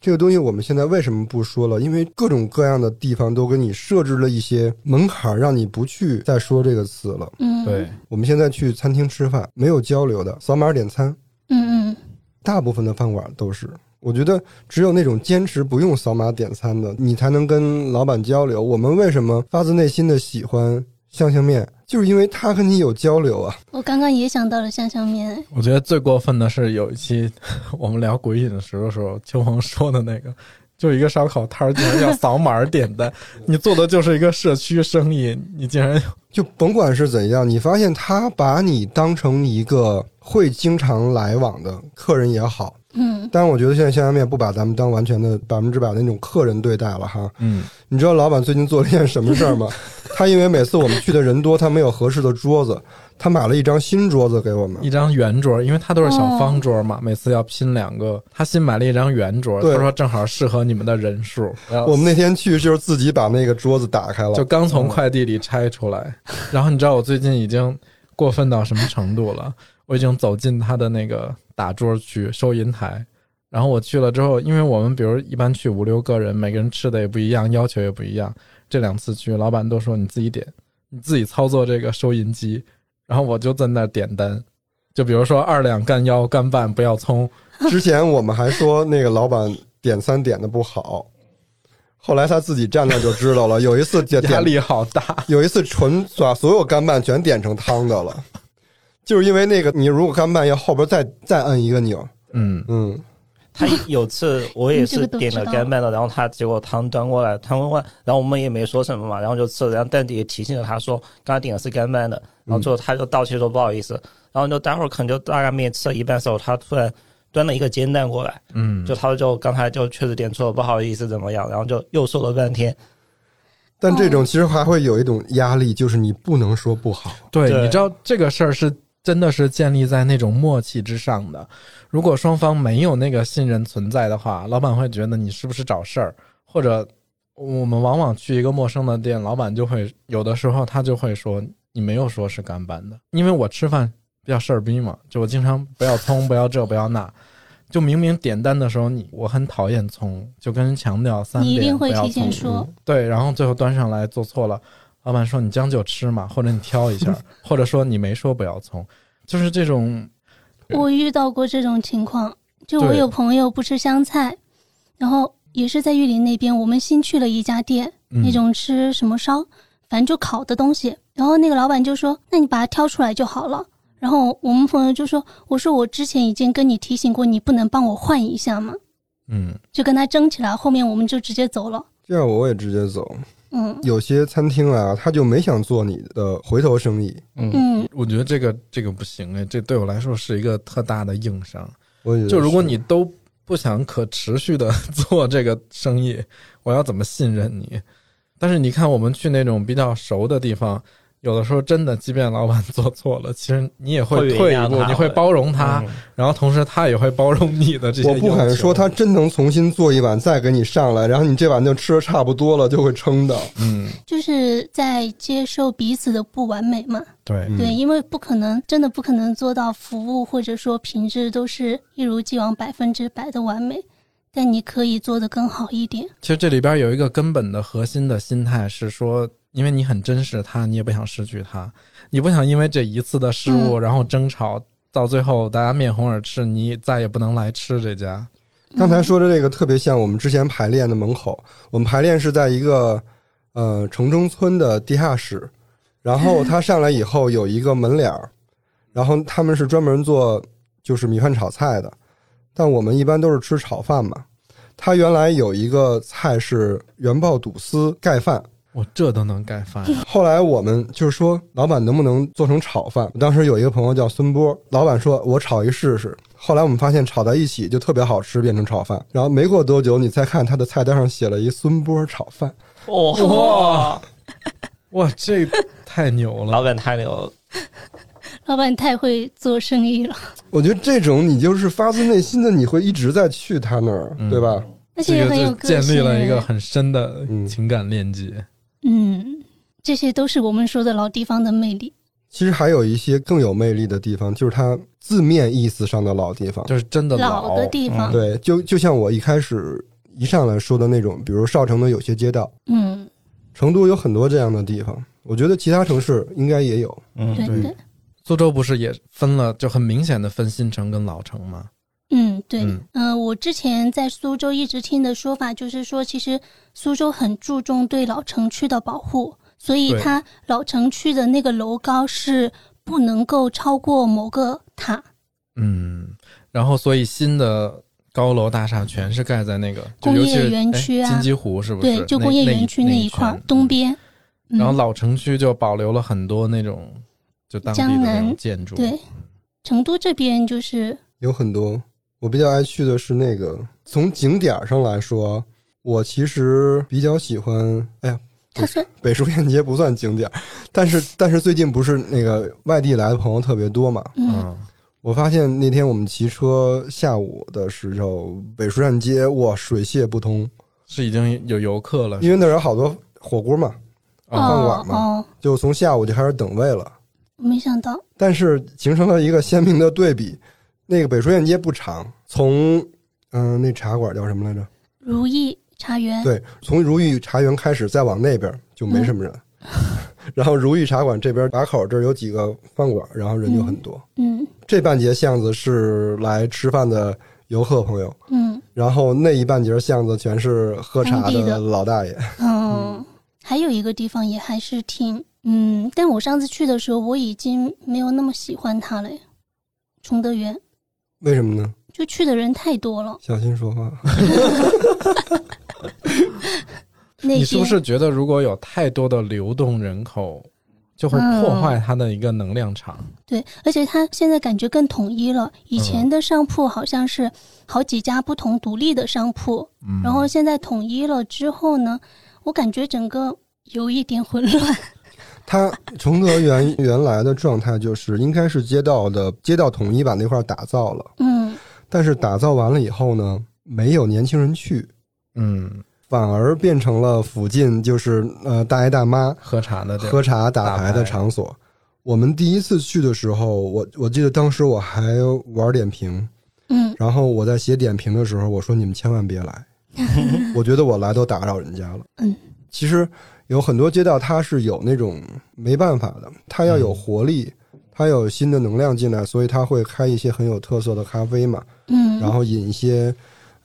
S2: 这个东西我们现在为什么不说了？因为各种各样的地方都给你设置了一些门槛儿，让你不去再说这个词了。
S4: 嗯，
S1: 对，
S2: 我们现在去餐厅吃饭，没有交流的，扫码点餐，
S4: 嗯嗯，
S2: 大部分的饭馆都是。我觉得只有那种坚持不用扫码点餐的，你才能跟老板交流。我们为什么发自内心的喜欢香香面，就是因为他跟你有交流啊。
S4: 我刚刚也想到了香香面，
S1: 我觉得最过分的是有一期 我们聊鬼饮食的时候，秋红说的那个，就一个烧烤摊儿竟然要扫码儿点单， 你做的就是一个社区生意，你竟然
S2: 就甭管是怎样，你发现他把你当成一个会经常来往的客人也好，
S4: 嗯，
S2: 但我觉得现在香香面不把咱们当完全的百分之百的那种客人对待了哈。
S1: 嗯，
S2: 你知道老板最近做了一件什么事儿吗？他因为每次我们去的人多，他没有合适的桌子，他买了一张新桌子给我们。
S1: 一张圆桌，因为它都是小方桌嘛，每次要拼两个，他新买了一张圆桌，
S2: 对
S1: 他说正好适合你们的人数，然后
S2: 我们那天去就是自己把那个桌子打开了，
S1: 就刚从快递里拆出来，然后你知道我最近已经过分到什么程度了？我已经走进他的那个打桌区收银台，然后我去了之后，因为我们比如一般去五六个人，每个人吃的也不一样，要求也不一样。这两次去，老板都说你自己点，你自己操作这个收银机，然后我就在那儿点单，就比如说二两干腰干拌不要葱，
S2: 之前我们还说那个老板点餐点的不好，后来他自己站那就知道 了。有一次点
S1: 压
S2: 点，
S1: 力好大。
S2: 有一次纯把所有干拌全点成汤的了，就是因为那个你如果干拌要后边再再按一个钮，
S1: 嗯，
S2: 嗯，
S3: 他有次我也
S4: 嗯你这
S3: 是
S4: 个都
S3: 点了
S4: 知道
S3: 干拌的，然后他结果汤端过来，汤端过来，然后我们也没说什么嘛，然后就吃了，然后但也提醒了他说刚才点的是干拌的，然后最后他就道歉说不好意思，然后就待会儿可能就大概面吃了一半的时候，他突然端了一个煎蛋过来，
S1: 嗯，
S3: 就他就刚才就确实点错了，不好意思怎么样，然后就又说了半天，
S2: 但这种其实还会有一种压力，就是你不能说不好。
S1: 对，
S3: 对
S1: 你知道这个事儿是真的是建立在那种默契之上的。如果双方没有那个信任存在的话，老板会觉得你是不是找事儿，或者我们往往去一个陌生的店，老板就会有的时候他就会说你没有说是干拌的，因为我吃饭比较事儿逼嘛，就我经常不要葱，不要这，不要那。就明明点单的时候，你我很讨厌葱，就跟人强调三
S4: 你一
S1: 遍
S4: 定
S1: 不
S4: 会
S1: 要
S4: 提
S1: 葱
S4: 前。说，
S1: 对，然后最后端上来做错了，老板说你将就吃嘛，或者你挑一下，或者说你没说不要葱，就是这种，
S4: 我遇到过这种情况，就我
S1: 对
S4: 有朋友不吃香菜，然后也是在玉林那边，我们新去了一家店，
S1: 嗯
S4: 那种吃什么烧，反正就烤的东西。然后那个老板就说：“那你把它挑出来就好了。”然后我们朋友就说：“我说我之前已经跟你提醒过，你不能帮我换一下吗
S1: 嗯，？”
S4: 就跟他争起来，后面我们就直接走了。
S2: 这样我也直接走。
S4: 嗯
S2: 有些餐厅啊，他就没想做你的回头生意，
S3: 嗯，
S4: 嗯，
S1: 我觉得这个这个不行哎，这对我来说是一个特大的硬伤。
S2: 我也觉得
S1: 就如果
S2: 是
S1: 你都不想可持续的 做这个生意，我要怎么信任你？但是你看，我们去那种比较熟的地方，有的时候真的，即便老板做错了，其实你也
S3: 会
S1: 会
S3: 原
S1: 退
S3: 谅
S1: 一步，
S3: 他
S1: 你会
S3: 会
S1: 包容他，
S3: 嗯
S1: 然后同时他也会包容你的这些
S2: 我
S1: 要求。
S2: 不敢说他真能重新做一碗再给你上来，然后你这碗就吃的差不多了，就会撑的。
S1: 嗯，
S4: 就是在接受彼此的不完美嘛。
S1: 对，
S2: 嗯
S4: 对，因为不可能，真的不可能做到服务或者说品质都是一如既往百分之百的完美，但你可以做得更好一点。
S1: 其实这里边有一个根本的核心的心态是说，因为你很珍视他，你也不想失去他，你不想因为这一次的失
S2: 嗯
S1: 误，然后争吵到最后大家面红耳赤，你再也不能来吃这家。
S2: 刚才说的这个特别像我们之前排练的门口，我们排练是在一个呃城中村的地下室，然后他上来以后有一个门脸儿，然后他们是专门做就是米饭炒菜的，但我们一般都是吃炒饭嘛。他原来有一个菜是原爆肚丝盖饭，
S1: 我这都能盖饭，啊
S2: 后来我们就是说，老板能不能做成炒饭？当时有一个朋友叫孙波，老板说我炒一试试。后来我们发现炒在一起就特别好吃，变成炒饭。然后没过多久，你再看他的菜单上写了一孙波炒饭，
S3: 哇，
S1: 哇，这太牛 了！
S3: 老板太牛了，
S4: 老板太会做生意了，
S2: 我觉得这种你就是发自内心的，你会一直在去他那儿，
S1: 嗯
S2: 对吧？
S4: 而且
S1: 这
S4: 也
S1: 个
S4: 很有
S1: 就
S4: 个
S1: 建立
S4: 性。哎
S1: 了一个很深的
S2: 嗯
S1: 情感链接。
S4: 嗯，这些都是我们说的老地方的魅力。
S2: 其实还有一些更有魅力的地方，就是它字面意思上的老地方。
S1: 就是真的
S4: 老的
S1: 嗯
S4: 地方，
S2: 对，就就像我一开始一上来说的那种，比如少城的有些街道，
S4: 嗯，
S2: 成都有很多这样的地方。我觉得其他城市应该也有。
S3: 嗯
S1: 嗯
S4: 对
S1: 对
S4: 对，
S1: 苏州不是也分了，就很明显的分新城跟老城吗？
S4: 嗯对，
S1: 嗯
S4: 嗯、我之前在苏州一直听的说法就是说，其实苏州很注重对老城区的保护，所以
S1: 对
S4: 它老城区的那个楼高是不能够超过某个塔。
S1: 嗯，然后所以新的高楼大厦全是盖在那个就
S4: 工
S1: 尤
S4: 业
S1: 其是
S4: 园
S1: 哎
S4: 区啊
S1: 金鸡湖是不是？
S4: 对，就
S1: 那
S4: 工业园区
S1: 那
S4: 那一块儿东。
S1: 圈
S4: 边，
S1: 嗯然后
S4: 嗯
S1: 老城区就保留了很多那种就当地的
S4: 江
S1: 那
S4: 南
S1: 种建筑，
S4: 对，成都这边就是
S2: 有很多。我比较爱去的是那个，从景点儿上来说，我其实比较喜欢。哎呀，
S4: 它算
S2: 北书沿街不算景点儿， 但是但是最近不是那个外地来的朋友特别多嘛，
S4: 嗯
S1: 嗯，
S2: 我发现那天我们骑车下午的时候，北书站街哇水泄不通，
S1: 是已经有游客了，
S2: 因为那儿有好多火锅嘛，
S1: 啊
S2: 饭
S4: 哦
S2: 馆嘛
S4: 哦，
S2: 就从下午就开始等位了。
S4: 我没想到，
S2: 但是形成了一个鲜明的对比。那个北书沿街不长，从嗯、那茶馆叫什么来着？
S4: 如意茶园，嗯
S2: 对，从如意茶园开始，再往那边就没什么人。 然后如意茶馆这边把口这儿有几个饭馆，然后人就很多。
S4: 嗯
S2: 这半截巷子是来吃饭的游客朋友，
S4: 嗯
S2: 然后那一半截巷子全是喝茶
S4: 当地
S2: 的
S4: 的
S2: 老大爷。
S4: 嗯，还有一个地方也还是挺嗯，但我上次去的时候，我已经没有那么喜欢它了。崇德园
S2: 为什么呢？
S4: 就去的人太多了，
S2: 小心说话。
S4: 那
S1: 你
S4: 天
S1: 是不是觉得如果有太多的流动人口，就会
S4: 嗯
S1: 破坏它的一个能量场？
S4: 对，而且它现在感觉更统一了。
S1: 嗯
S4: 以前的商铺好像是好几家不同独立的商铺，
S1: 嗯，
S4: 然后现在统一了之后呢，我感觉整个有一点混乱。
S2: 它崇德园原来的状态就是应该是街道的街道统一把那块儿打造了，
S4: 嗯
S2: 但是打造完了以后呢，没有年轻人去，
S1: 嗯，
S2: 反而变成了附近就是呃大爷大妈
S1: 喝茶的地儿
S2: 喝茶打
S1: 打
S2: 牌的
S1: 牌
S2: 场所。我们第一次去的时候，我我记得当时我还玩点评，
S4: 嗯
S2: 然后我在写点评的时候，我说你们千万别来，我觉得我来都打扰人家了。
S4: 嗯，
S2: 其实有很多街道它是有那种没办法的，它要有活力，它要有新的能量进来，所以它会开一些很有特色的咖啡嘛，
S4: 嗯，
S2: 然后引一些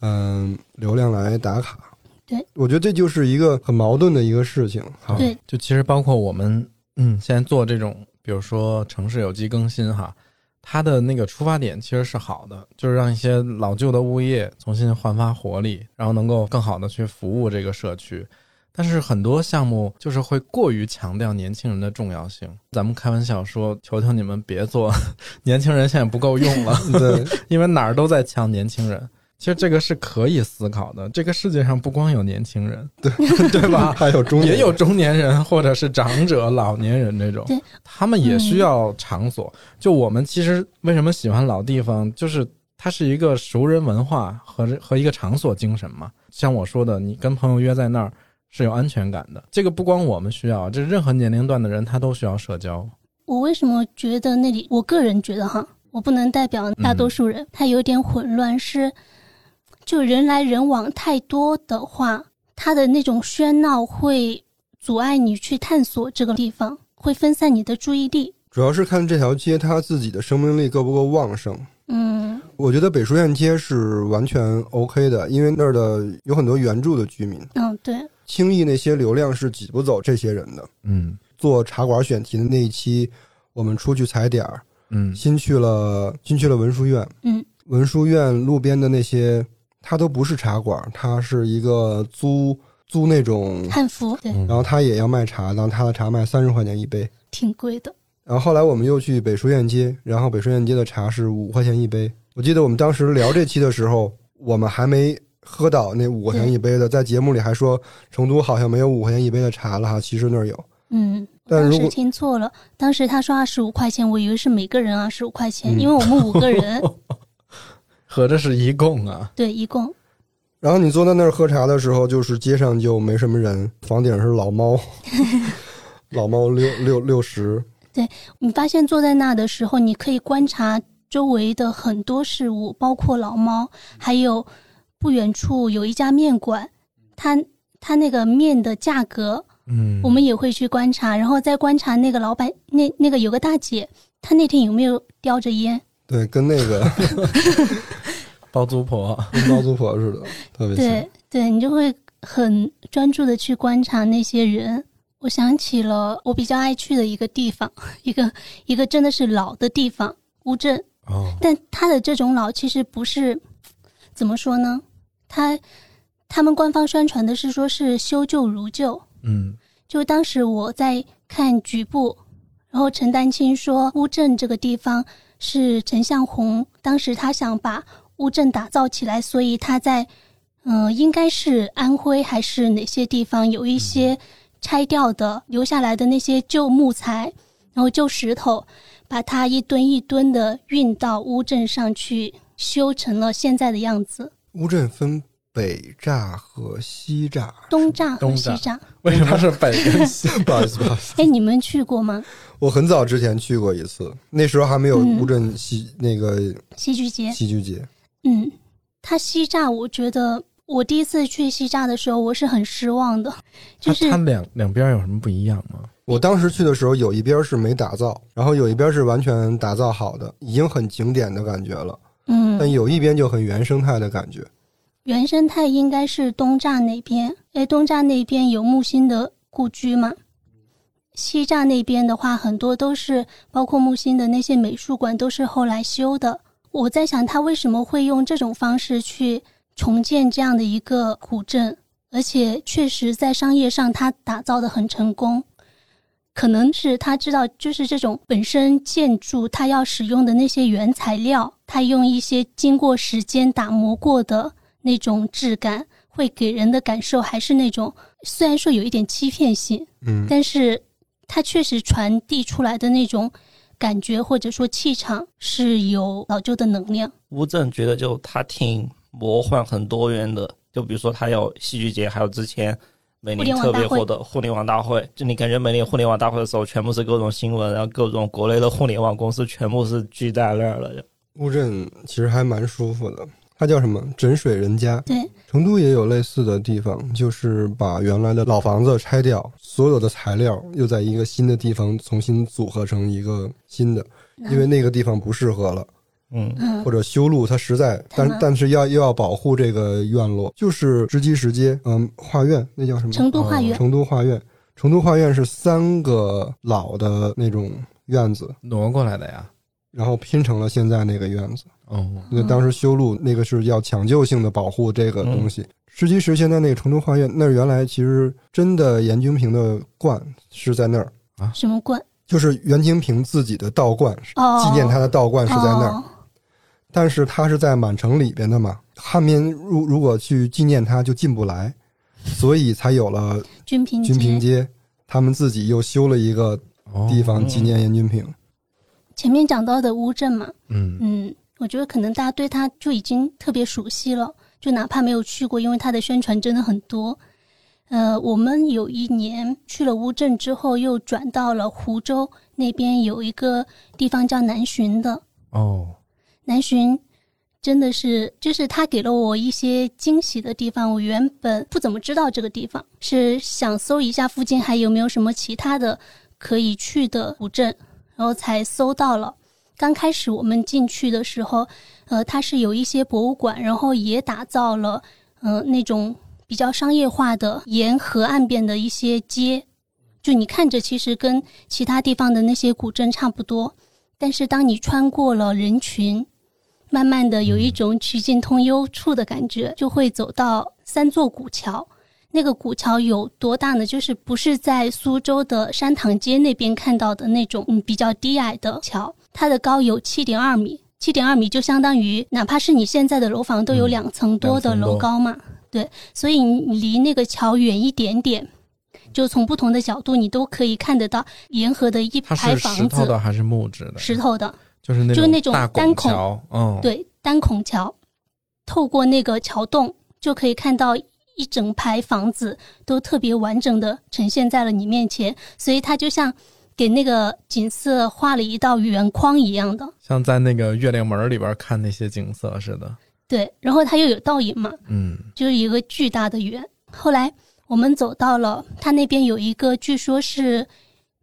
S2: 嗯、流量来打卡。
S4: 对，
S2: 我觉得这就是一个很矛盾的一个事情。哈
S4: 对，
S1: 啊就其实包括我们，嗯，现在做这种，比如说城市有机更新哈，它的那个出发点其实是好的，就是让一些老旧的物业重新焕发活力，然后能够更好的去服务这个社区。但是很多项目就是会过于强调年轻人的重要性，咱们开玩笑说，求求你们别做， 年轻人现在不够用 了。
S2: 对，
S1: 因为哪儿都在抢年轻人。其实这个是可以思考的，这个世界上不光有年轻人，对 对 吧？
S2: 还有中年
S1: 也有中年人或者是长者、老年人这种
S4: 对，
S1: 他们也需要场所。就我们其实为什么喜欢老地方，就是它是一个熟人文化和和一个场所精神嘛。像我说的，你跟朋友约在那儿是有安全感的。这个不光我们需要，这任何年龄段的人他都需要社交。
S4: 我为什么觉得那里，我个人觉得哈，我不能代表大多数人，
S2: 嗯
S4: 它有点混乱是，就人来人往太多的话，它的那种喧闹会阻碍你去探索这个地方，会分散你的注意力。
S2: 主要是看这条街它自己的生命力够不够旺盛。
S4: 嗯
S2: 我觉得北书院街是完全 OK 的，因为那儿的有很多原住的居民，
S4: 嗯，对，
S2: 轻易那些流量是挤不走这些人的。
S1: 嗯
S2: 做茶馆选题的那一期，我们出去踩点儿，
S1: 嗯
S2: 新去了新去了文殊院，
S4: 嗯
S2: 文殊院路边的那些，它都不是茶馆，它是一个租租那种，
S4: 汉服对，
S2: 然后他也要卖茶，然后他的茶卖三十块钱一杯。
S4: 挺贵的。
S2: 然后后来我们又去北书院街，然后北书院街的茶是五块钱一杯。我记得我们当时聊这期的时候，我们还没喝到那五块钱一杯的，在节目里还说成都好像没有五块钱一杯的茶了哈，其实那儿有。
S4: 嗯，我
S2: 但
S4: 当
S2: 如果
S4: 时听错了，当时他说二十五块钱，我以为是每个人二十五块
S2: 嗯
S4: 钱，因为我们五 个人，
S1: 合着是一共啊。
S4: 对，一共，
S2: 然后你坐在那儿喝茶的时候，就是街上就没什么人，房顶是老猫， 老猫六六六十，
S4: 你发现坐在那的时候，你可以观察周围的很多事物，包括老猫，还有不远处有一家面馆，它它那个面的价格，
S1: 嗯，
S4: 我们也会去观察，然后再观察那个老板，那那个有个大姐，她那天有没有叼着烟？
S2: 对，跟那 个
S1: 包租婆。
S2: 跟包租婆似的，特别像。
S4: 对对，你就会很专注的去观察那些人。我想起了我比较爱去的一个地方， 一个一个真的是老的地方——乌镇。
S2: 啊
S1: 哦，
S4: 但他的这种老其实不是怎么说呢？他他们官方宣传的是说是修旧如旧，
S1: 嗯
S4: 就当时我在看局部，然后陈丹青说乌镇这个地方是陈向红，当时他想把乌镇打造起来，所以他在嗯、呃应该是安徽还是哪些地方有一
S1: 嗯
S4: 些拆掉的、留下来的那些旧木材，然后旧石头，把它一吨一吨的运到乌镇上去，修成了现在的样子。
S2: 乌镇分北栅和西栅，
S4: 东栅和
S1: 东
S4: 西
S1: 栅
S4: 栅，
S1: 为什么是北跟 西？
S2: 不好意思，不好意思。
S4: 哎，你们去过吗？
S2: 我很早之前去过一次，那时候还没有
S4: 嗯
S2: 乌镇戏、那个
S4: 戏剧节？
S2: 戏剧节。
S4: 嗯，它西栅我觉得我第一次去西栅的时候，我是很失望的，就
S1: 它
S4: 是
S1: 它两两边有什么不一样吗？
S2: 我当时去的时候，有一边是没打造，然后有一边是完全打造好的，已经很景点的感觉了。但
S4: 嗯，
S2: 有一边就很原生态的感觉。
S4: 原生态应该是东栅那边，哎，东栅那边有木心的故居嘛。西栅那边的话，很多都是包括木心的那些美术馆都是后来修的。我在想，他为什么会用这种方式去重建这样的一个古镇？而且确实在商业上，他打造的很成功。可能是他知道，就是这种本身建筑它要使用的那些原材料，它用一些经过时间打磨过的那种质感，会给人的感受还是那种虽然说有一点欺骗性，
S2: 嗯，
S4: 但是它确实传递出来的那种感觉或者说气场是有老旧的能量。
S3: 乌镇觉得就它挺魔幻、很多元的。就比如说，它有戏剧节，还有之前每年特别火的互联网大会。就你感觉每年互联网大会的时候，全部是各种新闻，然后各种国内的互联网公司全部是聚在那儿了。
S2: 乌镇其实还蛮舒服的，它叫什么？枕水人家。
S4: 对，
S2: 成都也有类似的地方，就是把原来的老房子拆掉，所有的材料又在一个新的地方重新组合成一个新的，因为那个地方不适合了，
S3: 嗯，
S4: 嗯
S2: 或，者修路它实在，
S4: 干嘛
S2: 但但是要又要保护这个院落，就是直击石街，嗯，画院那叫什么？
S4: 成都画园，
S2: 成都画院，成都画院是三个老的那种院子，
S1: 挪过来的呀？
S2: 然后拼成了现在那个院子。
S1: 哦，
S2: 那
S4: 嗯
S2: 当时修路那个是要抢救性的保护这个东西。石基石现在那个成都画院，那原来其实真的严君平的观是在那儿，
S4: 什么观
S2: 就是袁清平自己的道观，
S4: 哦，
S2: 纪念他的道观是在那儿。
S4: 哦
S2: 但是他是在满城里边的嘛，汉民如如果去纪念他就进不来，所以才有了
S4: 军平
S2: 君平
S4: 街。
S2: 街，他们自己又修了一个
S1: 哦
S2: 地方纪念严君平。
S4: 前面讲到的乌镇嘛，
S1: 嗯，
S4: 嗯，我觉得可能大家对它就已经特别熟悉了，就哪怕没有去过，因为它的宣传真的很多。呃，我们有一年去了乌镇之后，又转到了湖州那边，有一个地方叫南浔的，
S1: 哦，
S4: 南浔真的是，就是它给了我一些惊喜的地方。我原本不怎么知道这个地方，是想搜一下附近还有没有什么其他的可以去的古镇，然后才搜到了。刚开始我们进去的时候，呃，它是有一些博物馆，然后也打造了，呃，那种比较商业化的沿河岸边的一些街，就你看着其实跟其他地方的那些古镇差不多，但是当你穿过了人群，慢慢的有一种曲径通幽处的感觉，就会走到三座古桥。那个古桥有多大呢？就是不是在苏州的山塘街那边看到的那种嗯比较低矮的桥，它的高有七点二米，七点二米就相当于哪怕是你现在的楼房都有
S1: 嗯
S4: 两层多的
S1: 两层多
S4: 楼高嘛。对，所以你离那个桥远一点点，就从不同的角度你都可以看得到沿河的一
S1: 它
S4: 排
S1: 是
S4: 房
S1: 石头的
S4: 子，
S1: 还是木质的？
S4: 石头的，
S1: 就是那
S4: 就是那种
S1: 大
S4: 单
S1: 拱
S4: 孔
S1: 桥，嗯，，
S4: 对，单孔桥，透过那个桥洞就可以看到一整排房子都特别完整的呈现在了你面前，所以它就像给那个景色画了一道圆框一样的。
S1: 像在那个月亮门里边看那些景色似的，
S4: 对，然后它又有倒影嘛，
S1: 嗯，
S4: 就是一个巨大的圆。后来我们走到了它那边有一个，据说是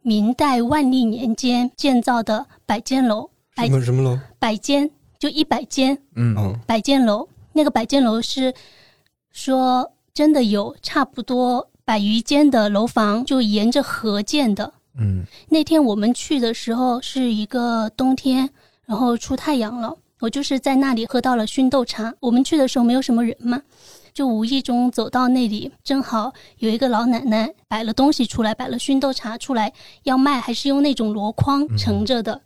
S4: 明代万历年间建造的百间楼，百
S2: 什么什么楼？
S4: 百间就一百间，
S1: 嗯
S2: 嗯，
S4: 百间楼，那个百间楼是说真的有差不多百余间的楼房，就沿着河建的。
S1: 嗯，
S4: 那天我们去的时候是一个冬天，然后出太阳了，我就是在那里喝到了熏豆茶。我们去的时候没有什么人嘛，就无意中走到那里，正好有一个老奶奶摆了东西出来，摆了熏豆茶出来要卖，还是用那种箩筐盛着的。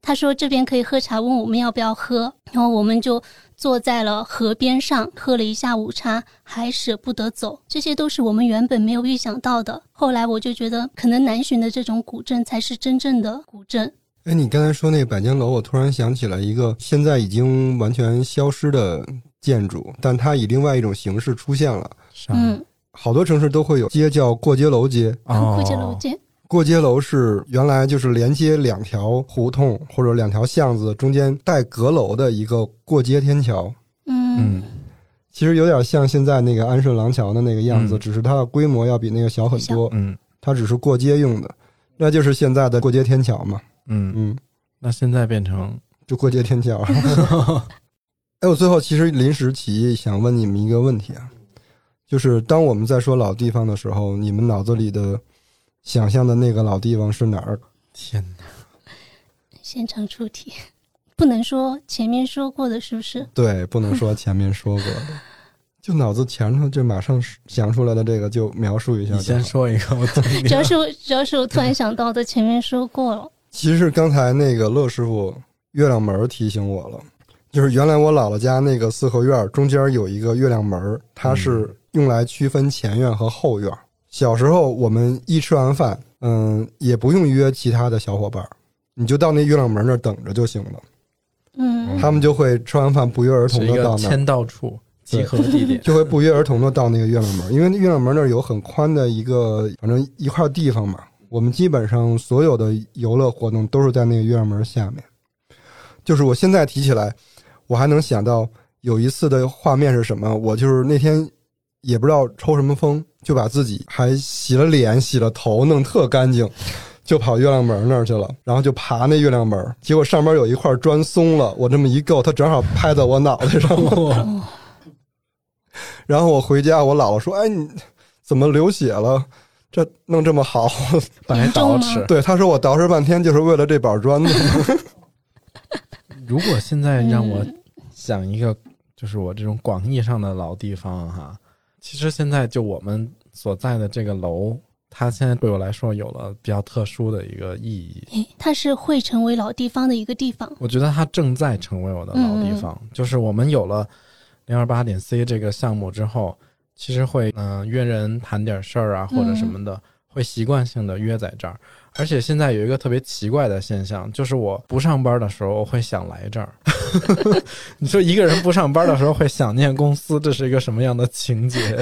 S4: 她说这边可以喝茶，问我们要不要喝，然后我们就坐在了河边上，喝了一下午茶，还舍不得走，这些都是我们原本没有预想到的。后来我就觉得，可能南浔的这种古镇才是真正的古镇。
S2: 哎，你刚才说那个百间楼，我突然想起来一个现在已经完全消失的建筑，但它以另外一种形式出现了。
S1: 啥？
S4: 嗯，
S2: 好多城市都会有街叫过街楼街，
S1: 啊哦，
S4: 过街楼街，
S2: 过街楼是原来就是连接两条胡同或者两条巷子中间带阁楼的一个过街天桥。
S4: 嗯
S1: 嗯，
S2: 其实有点像现在那个安顺廊桥的那个样子，
S1: 嗯
S2: 只是它的规模要比那个小很多，
S1: 嗯
S2: 它只是过街用的，那就是现在的过街天桥嘛。
S1: 嗯，
S2: 嗯，
S1: 那现在变成
S2: 就过街天桥。 哎，我最后其实临时起意想问你们一个问题啊，就是当我们在说老地方的时候，你们脑子里的想象的那个老地方是哪儿？
S1: 天哪，
S4: 现场出题， 不能说前面说过的，是 不是？
S2: 对，不能说前面说过的， 就脑子前头就马上想出来的这个就描述一下就
S1: 你
S2: 好。
S1: 先说一 个，我听听
S4: 主要是我主要是我突然想到的，前面说过了。
S2: 其实刚才那个乐师傅月亮门儿提醒我了，就是原来我姥姥家那个四合院儿中间有一个月亮门儿，它
S1: 嗯
S2: 是用来区分前院和后院儿。小时候我们一吃完饭，嗯，也不用约其他的小伙伴儿，你就到那月亮门那儿等着就行了。
S4: 嗯，
S2: 他们就会吃完饭不约而
S1: 是
S2: 同
S1: 一
S2: 的
S1: 个
S2: 到那儿，
S1: 签到处集合地 点，
S2: 就会不约而同的到那个月亮门儿，因为那月亮门儿那儿有很宽的一个，反正一块地方嘛。我们基本上所有的游乐活动都是在那个月亮门儿下面。就是我现在提起来，我还能想到有一次的画面是什么？我就是那天也不知道抽什么风，就把自己还洗了脸、洗了头，弄特干净，就跑月亮门儿那儿去了，然后就爬那月亮门儿，结果上面有一块砖松了，我这么一够，它正好拍在我脑袋上。然后我回家，我姥姥说：“哎，你怎么流血了？这弄这么好
S1: 白
S4: 严
S1: 捯
S4: 重吗
S1: 饬？”。
S2: 对，她说我捯饬半天就是为了这板砖的。
S1: 如果现在让我
S4: 嗯
S1: 想一个，就是我这种广义上的老地方哈，其实现在就我们所在的这个楼，它现在对我来说有了比较特殊的一个意义。
S4: 诶它是会成为老地方的一个地方。
S1: 我觉得它正在成为我的老地方，就是我们有了零二八点 C 这个项目之后，其实会嗯、呃约人谈点事儿啊或者什么的，会习惯性的约在这儿。而且现在有一个特别奇怪的现象，就是我不上班的时候我会想来这儿。你说一个人不上班的时候会想念公司，这是一个什么样的情节？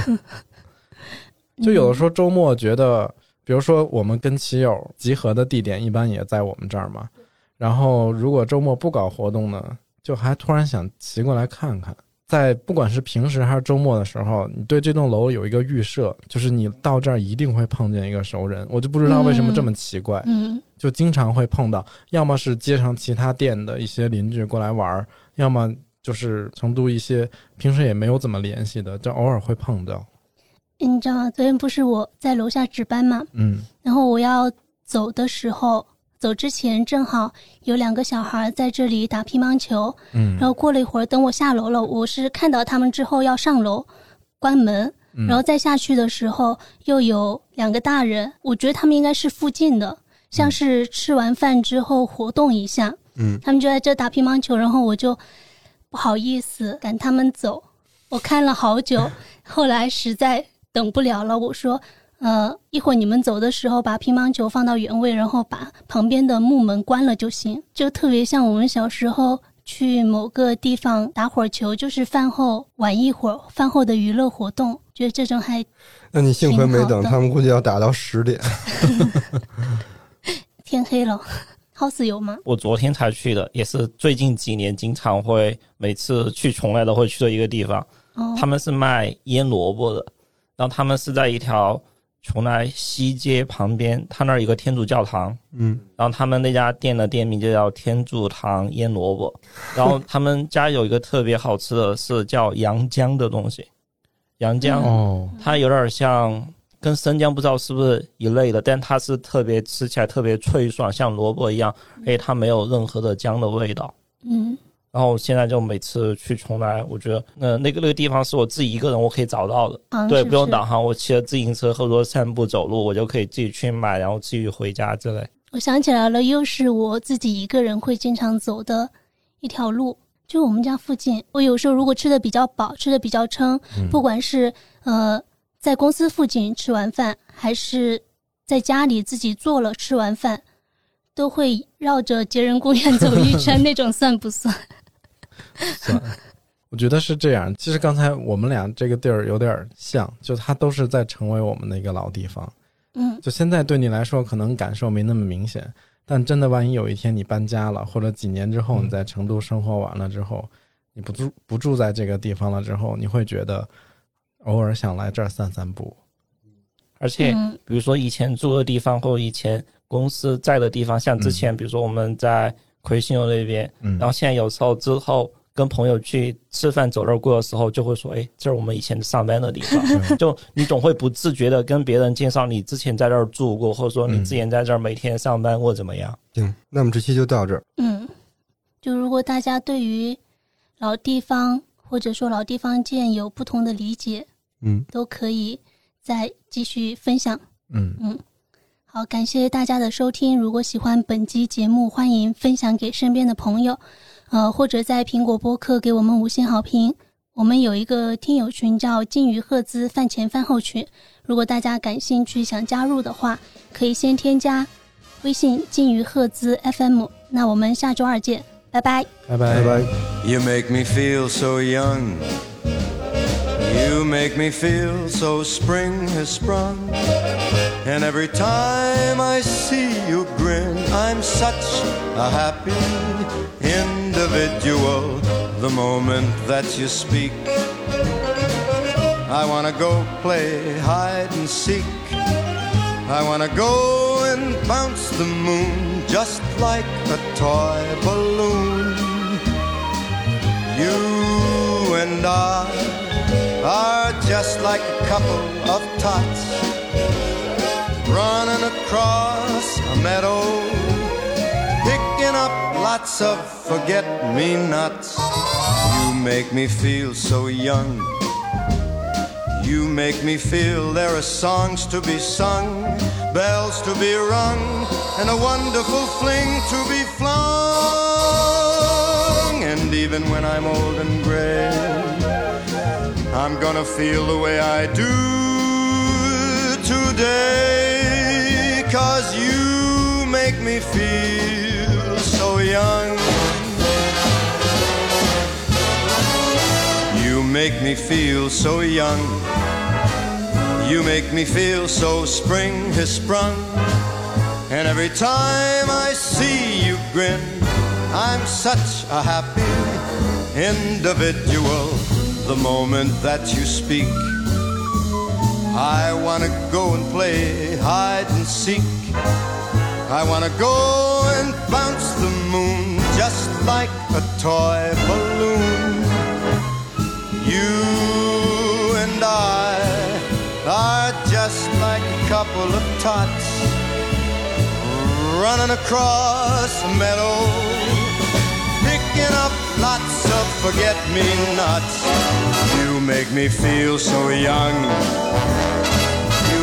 S1: 就
S4: 嗯
S1: 有的时候周末觉得，比如说我们跟骑友集合的地点一般也在我们这儿嘛，然后如果周末不搞活动呢，就还突然想骑过来看看。在不管是平时还是周末的时候，你对这栋楼有一个预设，就是你到这儿一定会碰见一个熟人。我就不知道为什么这么奇怪，
S4: 嗯，
S1: 就经常会碰到，要么是街上其他店的一些邻居过来玩儿，要么就是成都一些平时也没有怎么联系的，就偶尔会碰到。
S4: 嗯，你知道吗？昨天不是我在楼下值班嘛，
S1: 嗯，
S4: 然后我要走的时候，走之前正好有两个小孩在这里打乒乓球，
S1: 嗯
S4: 然后过了一会儿，等我下楼了，我是看到他们之后要上楼关门，
S1: 嗯
S4: 然后再下去的时候又有两个大人，我觉得他们应该是附近的，像是吃完饭之后活动一下，
S2: 嗯，
S4: 他们就在这打乒乓球，然后我就不好意思赶他们走，我看了好久，后来实在等不了了，我说。呃，一会儿你们走的时候，把乒乓球放到原位，然后把旁边的木门关了就行。就特别像我们小时候去某个地方打会儿球，就是饭后玩一会儿，饭后的娱乐活动。觉得这种还
S2: 那你幸亏没
S4: 挺
S2: 等，
S4: 好的
S2: 他们估计要打到十点。
S4: 天黑了 ，house 有吗？
S3: 我昨天才去的，也是最近几年经常会每次去从来都会去的一个地方。
S4: 哦，
S3: 他们是卖腌萝卜的，然后他们是在一条邛崃西街旁边，他那儿有个天主教堂，
S2: 嗯，
S3: 然后他们那家店的店名就叫天主堂腌萝 卜，然后他们家有一个特别好吃的是叫洋姜的东西，洋姜
S4: 嗯
S1: 哦，
S3: 它有点像跟生姜不知道是不是一类的，但它是特别吃起来特别脆爽，像萝卜一样，而且它没有任何的姜的味道。
S4: 嗯，
S3: 然后现在就每次去邛崃，我觉得那那个那个地方是我自己一个人我可以找到的，
S4: 好像
S3: 对，
S4: 嗯是
S3: 不用
S4: 是
S3: 导。航，我骑着自行车或者说散步走路，我就可以自己去买，然后自己回家之类。
S4: 我想起来了，又是我自己一个人会经常走的一条路，就我们家附近。我有时候如果吃的比较饱，吃的比较撑，
S3: 嗯
S1: 嗯
S4: 不管是呃在公司附近吃完饭，还是在家里自己做了吃完饭，都会绕着杰人公园走 一圈，那种算不算？
S1: 算。我觉得是这样。其实刚才我们俩这个地儿有点像，就它都是在成为我们的一个老地方。
S4: 嗯，
S1: 就现在对你来说可能感受没那么明显，嗯但真的万一有一天你搬家了，或者几年之后你在成都生活完了之后，你不住不住在这个地方了之后，你会觉得偶尔想来这儿散散步。
S3: 而且
S4: 嗯
S3: 比如说以前住的地方或者以前公司在的地方，像之前比如说我们在魁星游那边，
S1: 嗯，
S3: 然后现在有时候之后跟朋友去吃饭走路过的时候，就会说，哎，这是我们以前上班的地方，就你总会不自觉的跟别人介绍你之前在这儿住过，或者说你之前在这儿每天上班或怎么样。
S2: 行，那么这期就到这儿。
S4: 嗯，就如果大家对于老地方或者说老地方见有不同的理解，
S2: 嗯，
S4: 都可以再继续分享。
S1: 嗯，
S4: 好，感谢大家的收听。如果喜欢本期节目，欢迎分享给身边的朋友，呃，或者在苹果播客给我们五星好评。我们有一个听友群叫“金鱼赫兹饭前饭后群”，如果大家感兴趣想加入的话，可以先添加微信“金鱼赫兹 FM”。那我们下周二见，拜拜。
S1: 拜
S2: 拜拜。
S7: You make me feel so young. You make me feel so spring has sprung. And every time I see you grin, I'm such a happy individual. The moment that you speak, I wanna go play hide and seek. I wanna go and bounce the moon just like a toy balloon. You and I are just like a couple of tots running across a meadow, picking up lots of forget me nots. You make me feel so young. You make me feel there are songs to be sung, bells to be rung, and a wonderful fling to be flung. And even when I'm old and gray, I'm gonna feel the way I do today. Cause you make me feel so young. You make me feel so young. You make me feel so spring has sprung. And every time I see you grin, I'm such a happy individual. The moment that you speak, I wanna go and play hide and seek. I wanna go and bounce the moon just like a toy balloon. You and I are just like a couple of tots running across a meadow, picking up lots of forget me nots. You make me feel so young. You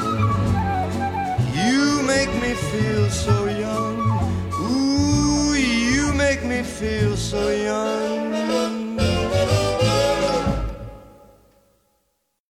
S7: You make me feel so young. Ooh, you make me feel so young.